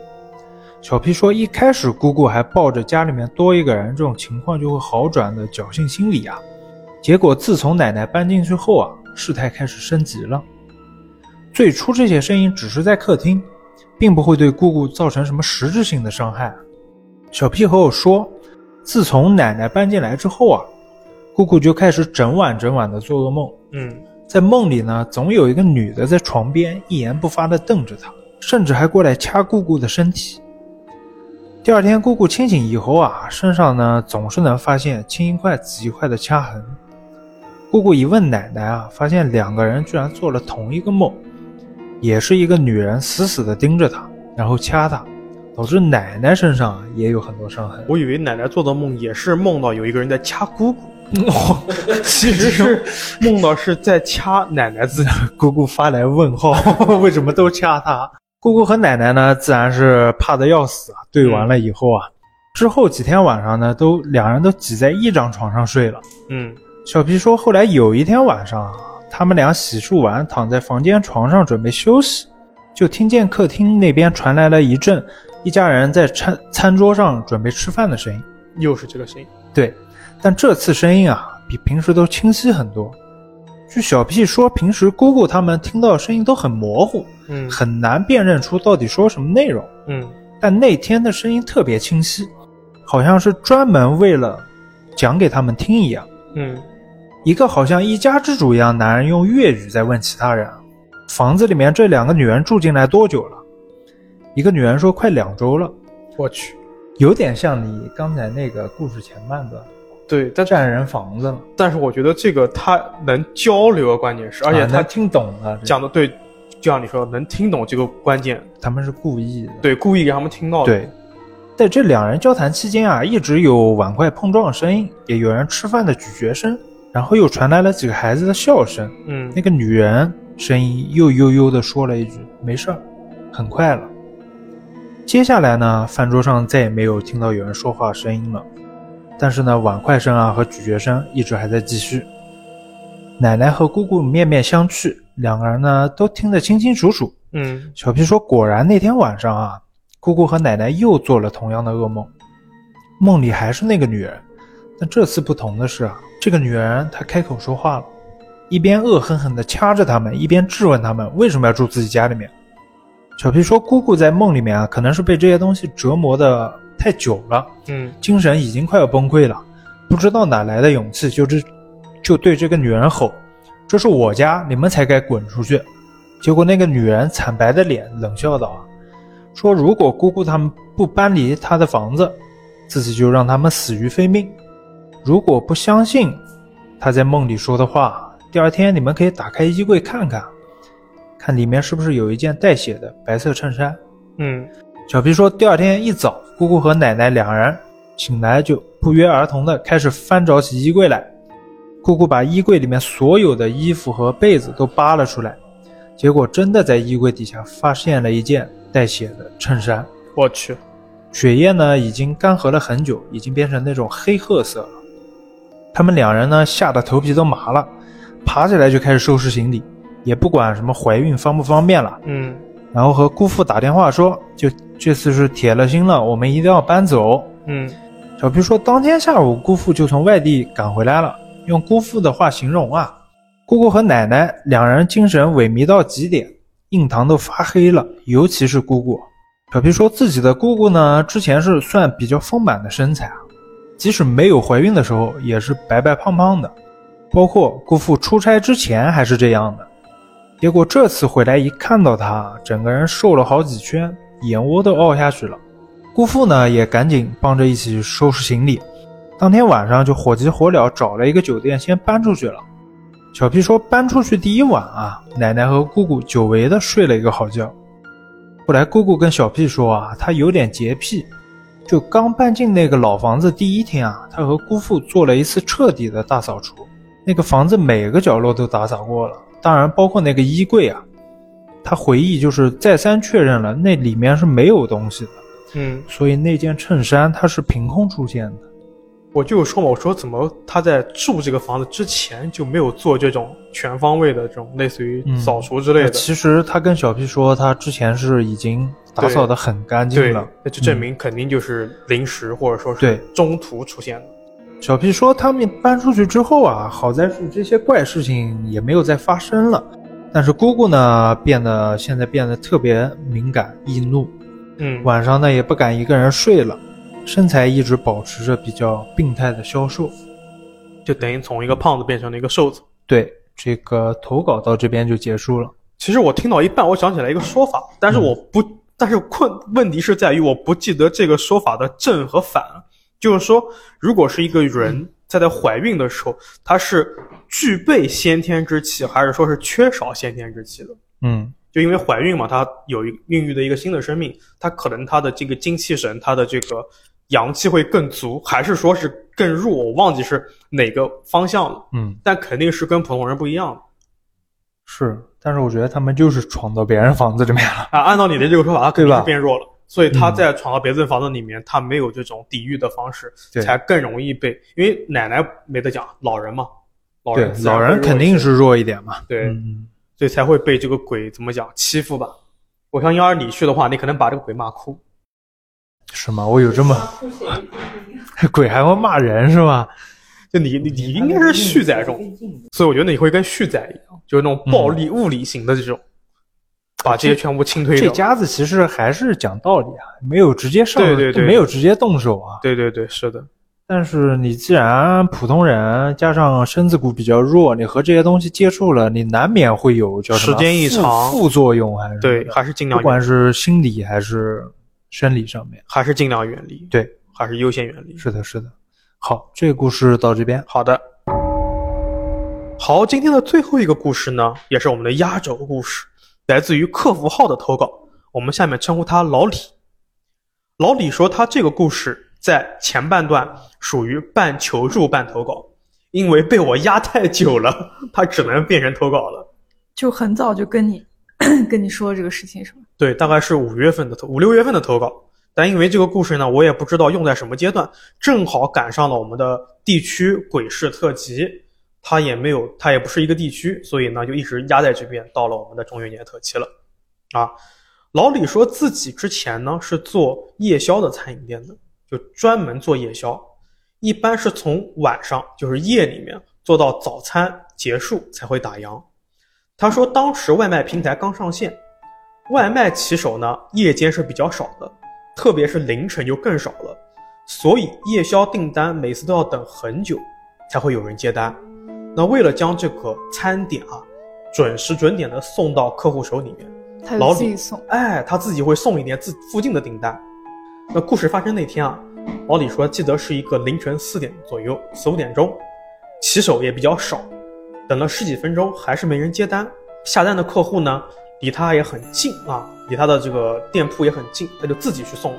[SPEAKER 2] 小 P 说，一开始姑姑还抱着家里面多一个人这种情况就会好转的侥幸心理啊，结果自从奶奶搬进去后啊，事态开始升级了。最初这些声音只是在客厅，并不会对姑姑造成什么实质性的伤害。啊小屁和我说，自从奶奶搬进来之后啊，姑姑就开始整晚整晚的做噩梦，
[SPEAKER 1] 嗯
[SPEAKER 2] 在梦里呢，总有一个女的在床边一言不发的瞪着她，甚至还过来掐姑姑的身体。第二天，姑姑清醒以后啊，身上呢总是能发现青一块紫一块的掐痕。姑姑一问奶奶啊，发现两个人居然做了同一个梦，也是一个女人死死的盯着她，然后掐她，导致奶奶身上啊也有很多伤痕。
[SPEAKER 1] 我以为奶奶做的梦也是梦到有一个人在掐姑 姑，其
[SPEAKER 2] 其
[SPEAKER 1] 实是梦到是在掐奶奶自己。
[SPEAKER 2] 姑姑发来问号， 为什么都掐他？姑姑和奶奶呢，自然是怕的要死啊。对完了以后啊，之后几天晚上呢，都两人都挤在一张床上睡了。
[SPEAKER 1] 嗯
[SPEAKER 2] 小皮说，后来有一天晚上啊，他们俩洗漱完，躺在房间床上准备休息，就听见客厅那边传来了一阵一家人在餐餐桌上准备吃饭的声音。
[SPEAKER 1] 又是这个声音。
[SPEAKER 2] 对，但这次声音啊，比平时都清晰很多。据小 P 说，平时姑姑他们听到的声音都很模糊，
[SPEAKER 1] 嗯
[SPEAKER 2] 很难辨认出到底说什么内容。
[SPEAKER 1] 嗯
[SPEAKER 2] 但那天的声音特别清晰，好像是专门为了讲给他们听一样。
[SPEAKER 1] 嗯
[SPEAKER 2] 一个好像一家之主一样男人用粤语在问其他人：“房子里面这两个女人住进来多久了？”一个女人说：“快两周了。
[SPEAKER 1] 我去，”
[SPEAKER 2] 有点像你刚才那个故事前半段
[SPEAKER 1] 对，但
[SPEAKER 2] 占人房子了。
[SPEAKER 1] 但是我觉得这个他能交流，关键是，而且
[SPEAKER 2] 啊
[SPEAKER 1] 他
[SPEAKER 2] 能听懂了，
[SPEAKER 1] 讲的对，就像你说的，能听懂这个关键，
[SPEAKER 2] 这他们是故意的。
[SPEAKER 1] 对，故意给他们听到的。，
[SPEAKER 2] 对在这两人交谈期间啊，一直有碗筷碰撞的声音，也有人吃饭的咀嚼声，然后又传来了几个孩子的笑声。
[SPEAKER 1] 嗯
[SPEAKER 2] 那个女人声音又悠悠地说了一句：“没事儿，很快了。”接下来呢，饭桌上再也没有听到有人说话声音了，但是呢，碗筷声啊和咀嚼声一直还在继续。奶奶和姑姑面面相觑，两个人呢都听得清清楚楚。
[SPEAKER 1] 嗯
[SPEAKER 2] 小皮说：“果然那天晚上啊，姑姑和奶奶又做了同样的噩梦，梦里还是那个女人，但这次不同的是啊，这个女人她开口说话了，一边恶狠狠地掐着他们，一边质问他们为什么要住自己家里面。”小皮说：“姑姑在梦里面啊，可能是被这些东西折磨的太久了，
[SPEAKER 1] 嗯
[SPEAKER 2] 精神已经快要崩溃了，不知道哪来的勇气，就是就对这个女人吼，这是我家，你们才该滚出去。”结果那个女人惨白的脸冷笑道：“啊，说如果姑姑他们不搬离她的房子，自己就让他们死于非命。如果不相信她在梦里说的话，第二天你们可以打开衣柜看看，看里面是不是有一件带血的白色衬衫。”
[SPEAKER 1] 嗯，
[SPEAKER 2] 小皮说，第二天一早，姑姑和奶奶两人醒来就不约而同的开始翻找起衣柜来。姑姑把衣柜里面所有的衣服和被子都扒了出来，结果真的在衣柜底下发现了一件带血的衬衫，
[SPEAKER 1] 我去，
[SPEAKER 2] 血液呢已经干涸了很久，已经变成那种黑褐色了。他们两人呢吓得头皮都麻了，爬起来就开始收拾行李，也不管什么怀孕方不方便了。
[SPEAKER 1] 嗯
[SPEAKER 2] 然后和姑父打电话说，就这次是铁了心了，我们一定要搬走。
[SPEAKER 1] 嗯
[SPEAKER 2] 小皮说，当天下午姑父就从外地赶回来了。用姑父的话形容啊，姑姑和奶奶两人精神萎靡到极点，印堂都发黑了，尤其是姑姑。小皮说自己的姑姑呢，之前是算比较丰满的身材啊，即使没有怀孕的时候也是白白胖胖的，包括姑父出差之前还是这样的。结果这次回来一看到她，整个人瘦了好几圈，眼窝都凹下去了。姑父呢也赶紧帮着一起收拾行李，当天晚上就火急火燎找了一个酒店先搬出去了。小皮说搬出去第一晚啊，奶奶和姑姑久违的睡了一个好觉。后来姑姑跟小屁说啊，她有点洁癖，就刚搬进那个老房子第一天啊，她和姑父做了一次彻底的大扫除，那个房子每个角落都打扫过了，当然包括那个衣柜啊。她回忆就是再三确认了，那里面是没有东西的。
[SPEAKER 1] 嗯，
[SPEAKER 2] 所以那件衬衫它是凭空出现的。
[SPEAKER 1] 我就说嘛，我说怎么他在住这个房子之前就没有做这种全方位的这种类似于
[SPEAKER 2] 嗯
[SPEAKER 1] 扫除之类的，
[SPEAKER 2] 其实他跟小 P 说，他之前是已经打扫的很干净
[SPEAKER 1] 对
[SPEAKER 2] 了。，嗯
[SPEAKER 1] 那就证明肯定就是临时或者说是
[SPEAKER 2] 对
[SPEAKER 1] 中途出现的。
[SPEAKER 2] 小 P 说，他们搬出去之后啊，好在是这些怪事情也没有再发生了。但是姑姑呢，变得现在变得特别敏感易怒，
[SPEAKER 1] 嗯，
[SPEAKER 2] 晚上呢也不敢一个人睡了，身材一直保持着比较病态的消瘦。
[SPEAKER 1] 就等于从一个胖子变成了一个瘦子。
[SPEAKER 2] 对，这个投稿到这边就结束了。
[SPEAKER 1] 其实我听到一半，我想起来一个说法，但是我不，但是困问题是在于我不记得这个说法的正和反。就是说，如果是一个人在她怀孕的时候，她是具备先天之气，还是说是缺少先天之气的？
[SPEAKER 2] 嗯
[SPEAKER 1] 就因为怀孕嘛，她有一孕育的一个新的生命，她可能她的这个精气神，她的这个阳气会更足，还是说是更弱？我忘记是哪个方向了，
[SPEAKER 2] 嗯，
[SPEAKER 1] 但肯定是跟普通人不一样的。
[SPEAKER 2] 是，但是我觉得他们就是闯到别人房子里面了。
[SPEAKER 1] 啊，按照你的这个说法，他肯
[SPEAKER 2] 对
[SPEAKER 1] 定
[SPEAKER 2] 吧
[SPEAKER 1] 是变弱了。所以他
[SPEAKER 2] 嗯
[SPEAKER 1] 在闯到别的房子里面，他没有这种抵御的方式，
[SPEAKER 2] 对
[SPEAKER 1] 才更容易被。因为奶奶没得讲，老人嘛，老人
[SPEAKER 2] 对，
[SPEAKER 1] 自然
[SPEAKER 2] 老
[SPEAKER 1] 会
[SPEAKER 2] 人
[SPEAKER 1] 弱
[SPEAKER 2] 肯
[SPEAKER 1] 一
[SPEAKER 2] 定
[SPEAKER 1] 些
[SPEAKER 2] 是弱一点嘛。
[SPEAKER 1] 对，
[SPEAKER 2] 嗯，
[SPEAKER 1] 所以才会被这个鬼怎么讲欺负吧。我相信要是你去的话，你可能把这个鬼骂哭。
[SPEAKER 2] 是吗？我有这么 鬼还会骂人是吧？
[SPEAKER 1] 就你
[SPEAKER 2] 嗯
[SPEAKER 1] 你你应该是续载中，所以我觉得你会跟续载一样，就是那种暴
[SPEAKER 2] 嗯
[SPEAKER 1] 力物理型的这种，把这些全部清退
[SPEAKER 2] 这
[SPEAKER 1] 掉。
[SPEAKER 2] 家子其实还是讲道理啊，没有直接上，
[SPEAKER 1] 对对对
[SPEAKER 2] 没有直接动手啊。
[SPEAKER 1] 对对对，是的，
[SPEAKER 2] 但是你既然普通人加上身子骨比较弱，你和这些东西接触了，你难免会有叫什么
[SPEAKER 1] 时间一
[SPEAKER 2] 副
[SPEAKER 1] 长
[SPEAKER 2] 副作用还是什么
[SPEAKER 1] 对，
[SPEAKER 2] 的
[SPEAKER 1] 还是尽量
[SPEAKER 2] 不
[SPEAKER 1] 远
[SPEAKER 2] 管是心理还是生理上面，
[SPEAKER 1] 还是尽量远离，
[SPEAKER 2] 对，
[SPEAKER 1] 还是优先远离。
[SPEAKER 2] 是的，是的。好，这个故事到这边，
[SPEAKER 1] 好的，好，今天的最后一个故事呢，也是我们的压轴故事，来自于客服号的投稿，我们下面称呼他老李。老李说，他这个故事在前半段属于半求助半投稿，因为被我压太久了，他只能变成投稿了。
[SPEAKER 4] 就很早就跟你 跟你说这个事情是吧？
[SPEAKER 1] 对，大概是五月份的投，五六月份的投稿。但因为这个故事呢，我也不知道用在什么阶段，正好赶上了我们的地区鬼市特辑，它也没有，它也不是一个地区，所以呢就一直压在这边，到了我们的中元节特辑了。啊，老李说自己之前呢是做夜宵的餐饮店的，就专门做夜宵，一般是从晚上就是夜里面做到早餐结束才会打烊。他说当时外卖平台刚上线，外卖骑手呢，夜间是比较少的，特别是凌晨就更少了，所以夜宵订单每次都要等很久才会有人接单。那为了将这个餐点啊，准时准点的送到客户手里面，
[SPEAKER 4] 他
[SPEAKER 1] 老
[SPEAKER 4] 就自
[SPEAKER 1] 李
[SPEAKER 4] 己送。
[SPEAKER 1] 哎，他自己会送一点自附近的订单。那故事发生那天啊，老李说记得是一个凌晨四点左右，四五点钟，骑手也比较少，等了十几分钟还是没人接单。下单的客户呢，离他也很近啊，离他的这个店铺也很近，他就自己去送了。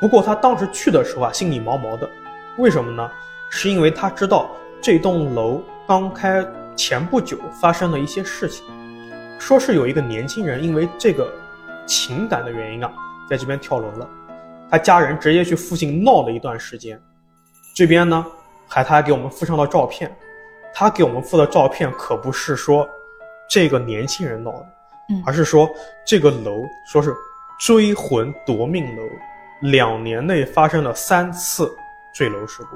[SPEAKER 1] 不过他当时去的时候啊，心里毛毛的，为什么呢？是因为他知道这栋楼刚开前不久发生了一些事情，说是有一个年轻人因为这个情感的原因啊，在这边跳楼了，他家人直接去附近闹了一段时间。这边呢，还他还给我们附上了照片，他给我们附的照片可不是说这个年轻人闹的，
[SPEAKER 4] 嗯
[SPEAKER 1] 而是说这个楼说是追魂夺命楼，两年内发生了三次坠楼事故，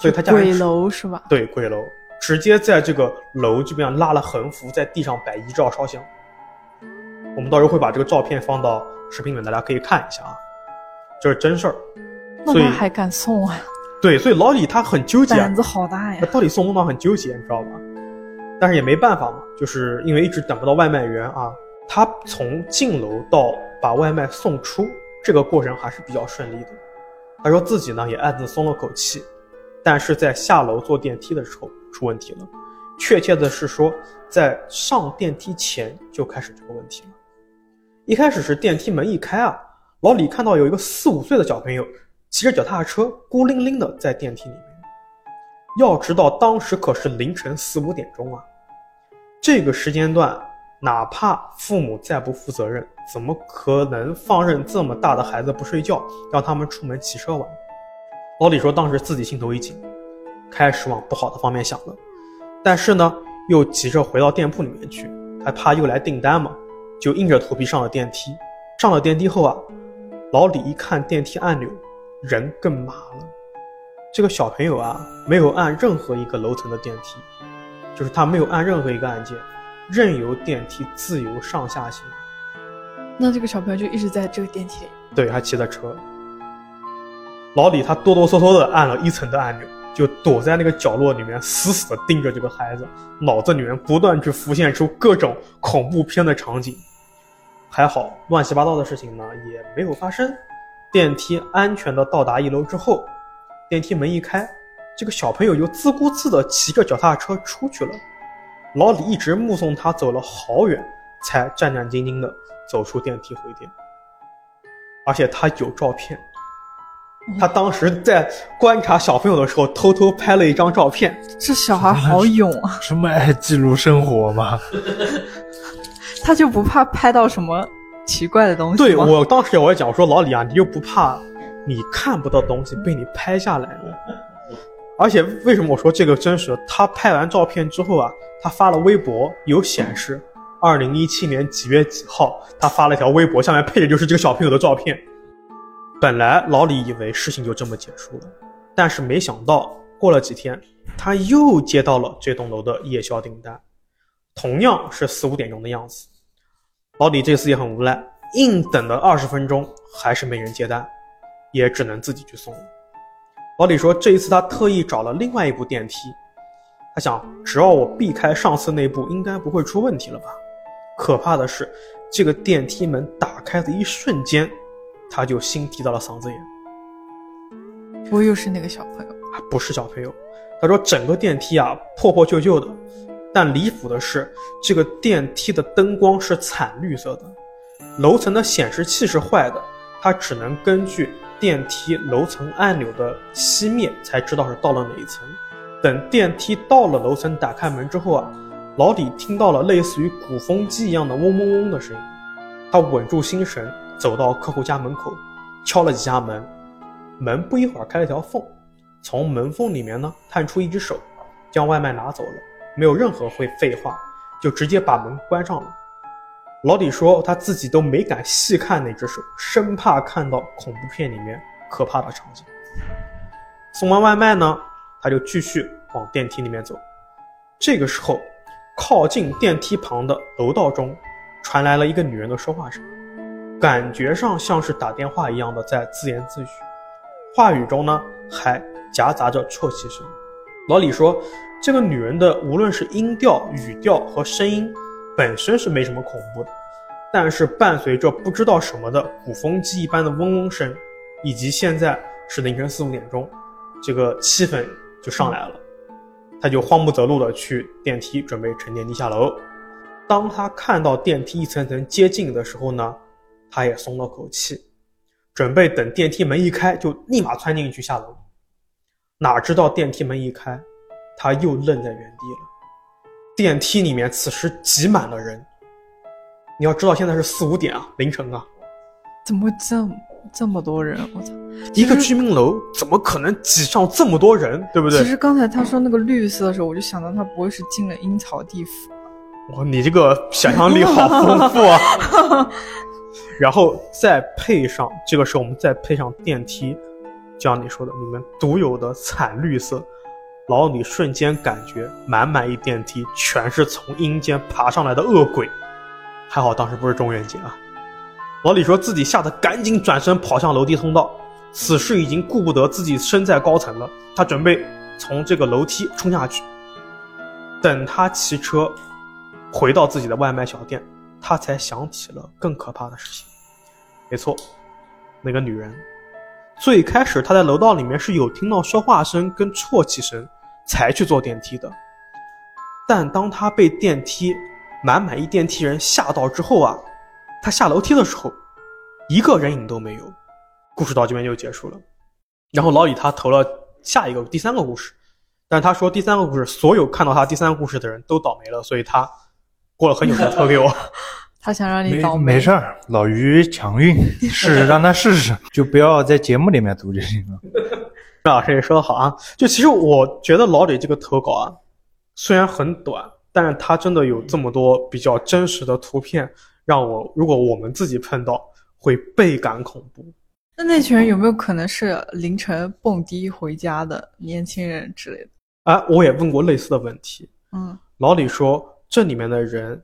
[SPEAKER 1] 所以他家人
[SPEAKER 4] 鬼
[SPEAKER 1] 是
[SPEAKER 4] 楼是吧？
[SPEAKER 1] 对，鬼楼直接在这个楼这边拉了横幅，在地上摆遗照烧香。我们到时候会把这个照片放到视频里面，大家可以看一下啊，这是真事儿。
[SPEAKER 4] 那
[SPEAKER 1] 所以
[SPEAKER 4] 他还敢送啊？
[SPEAKER 1] 对，所以老李他很纠结，
[SPEAKER 4] 胆子好大呀
[SPEAKER 1] 那！到底送不送很纠结，你知道吗？但是也没办法嘛，就是因为一直等不到外卖员啊。他从进楼到把外卖送出这个过程还是比较顺利的。他说自己呢也暗自松了口气，但是在下楼坐电梯的时候出问题了。确切的是说，在上电梯前就开始这个问题了。一开始是电梯门一开啊，老李看到有一个四五岁的小朋友骑着脚踏车孤零零的在电梯里面。要知道，当时可是凌晨四五点钟啊，这个时间段，哪怕父母再不负责任，怎么可能放任这么大的孩子不睡觉，让他们出门骑车玩？老李说，当时自己心头一紧，开始往不好的方面想了，但是呢，又急着回到店铺里面去，还怕又来订单嘛，就硬着头皮上了电梯。上了电梯后啊，老李一看电梯按钮，人更麻了。这个小朋友啊，没有按任何一个楼层的电梯，就是他没有按任何一个按键，任由电梯自由上下行。
[SPEAKER 4] 那这个小朋友就一直在这个电梯里，
[SPEAKER 1] 对，还骑的车。老李他哆哆嗦嗦的按了一层的按钮，就躲在那个角落里面，死死的盯着这个孩子，脑子里面不断去浮现出各种恐怖片的场景。还好，乱七八糟的事情呢也没有发生。电梯安全的到达一楼之后，电梯门一开，这个小朋友就自顾自的骑着脚踏车出去了。老李一直目送他走了好远，才战战兢兢的走出电梯回店。而且他有照片。他当时在观察小朋友的时候，偷偷拍了一张照片。
[SPEAKER 4] 这小孩好勇啊！
[SPEAKER 2] 什么爱记录生活嘛？
[SPEAKER 4] 他就不怕拍到什么奇怪的东西
[SPEAKER 1] 对
[SPEAKER 4] 吗
[SPEAKER 1] 我当时我也讲，我说老李啊，你又不怕你看不到东西被你拍下来了？而且为什么我说这个真实？他拍完照片之后啊，他发了微博，有显示二零一七年几月几号，他发了一条微博，下面配的就是这个小朋友的照片。本来老李以为事情就这么结束了，但是没想到过了几天，他又接到了这栋楼的夜宵订单，同样是四五点钟的样子。老李这次也很无赖，硬等了二十分钟还是没人接单，也只能自己去送了。老李说，这一次他特意找了另外一部电梯，他想只要我避开上次那部，应该不会出问题了吧？可怕的是，这个电梯门打开的一瞬间，他就心提到了嗓子眼。
[SPEAKER 4] 我又是那个小朋友，
[SPEAKER 1] 啊不是小朋友。他说整个电梯啊破破旧旧的，但离谱的是，这个电梯的灯光是惨绿色的，楼层的显示器是坏的，他只能根据电梯楼层按钮的熄灭才知道是到了哪一层。等电梯到了楼层，打开门之后啊，老李听到了类似于鼓风机一样的嗡嗡嗡的声音。他稳住心神，走到客户家门口，敲了几下门，门不一会儿开了条缝，从门缝里面呢探出一只手，将外卖拿走了，没有任何会废话，就直接把门关上了。老李说他自己都没敢细看那只手，生怕看到恐怖片里面可怕的场景。送完外卖呢，他就继续往电梯里面走。这个时候，靠近电梯旁的楼道中传来了一个女人的说话声，感觉上像是打电话一样的在自言自语。话语中呢还夹杂着啜泣声。老李说，这个女人的无论是音调、语调和声音，本身是没什么恐怖的，但是伴随着不知道什么的鼓风机一般的嗡嗡声，以及现在是凌晨四五点钟，这个气氛就上来了。他就慌不择路的去电梯，准备乘电梯下楼。当他看到电梯一层层接近的时候呢，他也松了口气，准备等电梯门一开就立马窜进去下楼。哪知道电梯门一开，他又愣在原地了。电梯里面此时挤满了人。你要知道，现在是四五点啊，凌晨啊，
[SPEAKER 4] 怎么会这么这么多人？啊我操！
[SPEAKER 1] 一个居民楼怎么可能挤上这么多人，对不对
[SPEAKER 4] 其？实刚才他说那个绿色的时候，我就想到他不会是进了阴曹地府。
[SPEAKER 1] 哇，你这个想象力好丰富啊！然后再配上这个时候，我们再配上电梯，就像你说的，你们独有的惨绿色，然后你瞬间感觉满满一电梯全是从阴间爬上来的恶鬼。还好当时不是中元节啊。老李说自己吓得赶紧转身跑向楼梯通道，此时已经顾不得自己身在高层了，他准备从这个楼梯冲下去。等他骑车回到自己的外卖小店，他才想起了更可怕的事情。没错，那个女人。最开始他在楼道里面是有听到说话声跟啜泣声，才去坐电梯的。但当他被电梯满满一电梯人吓到之后啊，他下楼梯的时候，一个人影都没有。故事到这边就结束了。然后老李他投了下一个第三个故事，但是他说第三个故事所有看到他第三个故事的人都倒霉了，所以他过了很久才投给我。
[SPEAKER 4] 他想让你
[SPEAKER 2] 没
[SPEAKER 4] 倒霉，
[SPEAKER 2] 没事儿，老于强运，试试让他试试，就不要在节目里面读就行了。
[SPEAKER 1] 郑老师也说的好啊，就其实我觉得老李这个投稿啊，虽然很短，但是他真的有这么多比较真实的图片，让我如果我们自己碰到会倍感恐怖。
[SPEAKER 4] 那那群人有没有可能是凌晨蹦迪回家的年轻人之类的？
[SPEAKER 1] 啊，我也问过类似的问题，
[SPEAKER 4] 嗯，
[SPEAKER 1] 老李说这里面的人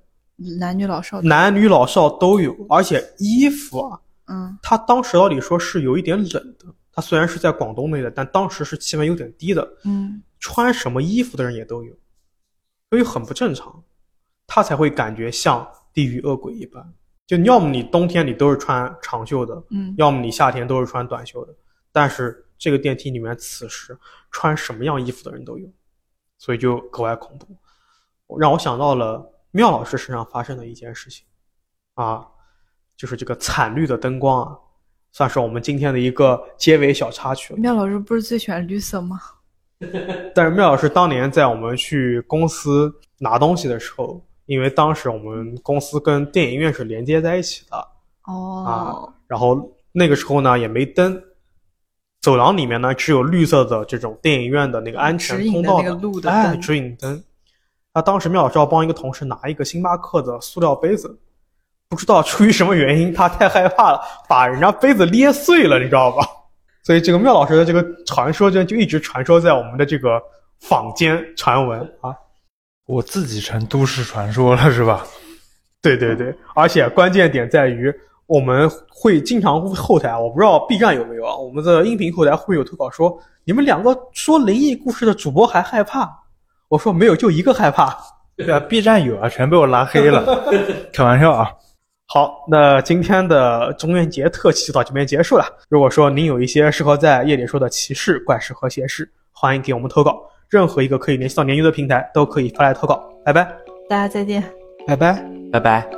[SPEAKER 4] 男女老少，
[SPEAKER 1] 男女老少都有，而且衣服啊，
[SPEAKER 4] 嗯
[SPEAKER 1] 他当时老李说是有一点冷的，他虽然是在广东那的，但当时是气温有点低的，
[SPEAKER 4] 嗯，
[SPEAKER 1] 穿什么衣服的人也都有，所以很不正常，他才会感觉像地狱恶鬼一般。就要么你冬天你都是穿长袖的，
[SPEAKER 4] 嗯
[SPEAKER 1] 要么你夏天都是穿短袖的，但是这个电梯里面此时穿什么样衣服的人都有，所以就格外恐怖，让我想到了妙老师身上发生的一件事情，啊，就是这个惨绿的灯光啊，算是我们今天的一个结尾小插曲了。
[SPEAKER 4] 妙老师不是最喜欢绿色吗？
[SPEAKER 1] 但是妙老师当年在我们去公司拿东西的时候，因为当时我们公司跟电影院是连接在一起的，
[SPEAKER 4] 哦，
[SPEAKER 1] 然后那个时候呢也没灯，走廊里面呢只有绿色的这种电影院的那个安全
[SPEAKER 4] 指
[SPEAKER 1] 通
[SPEAKER 4] 引的
[SPEAKER 1] 道
[SPEAKER 4] 那个路的
[SPEAKER 1] 哎
[SPEAKER 4] 灯
[SPEAKER 1] 指引灯。那当时妙老师要帮一个同事拿一个星巴克的塑料杯子，不知道出于什么原因，他太害怕了，把人家杯子捏碎了，你知道吧？所以这个妙老师的这个传说就就一直传说在我们的这个坊间传闻啊。
[SPEAKER 2] 我自己成都市传说了是吧？
[SPEAKER 1] 对对对，而且关键点在于，我们会经常后台，啊我不知道 B 站有没有啊，我们的音频后台会有投稿说，你们两个说灵异故事的主播还害怕，我说没有，就一个害怕。
[SPEAKER 2] 对啊，B 站有啊，全被我拉黑了，开玩笑啊。
[SPEAKER 1] 好，那今天的中元节特辑就到这边结束了。如果说您有一些适合在夜里说的奇事、怪事和邪事，欢迎给我们投稿，任何一个可以联系到鲶鱼的平台都可以发来投稿。拜拜。
[SPEAKER 4] 大家再见。
[SPEAKER 2] 拜拜。
[SPEAKER 3] 拜拜。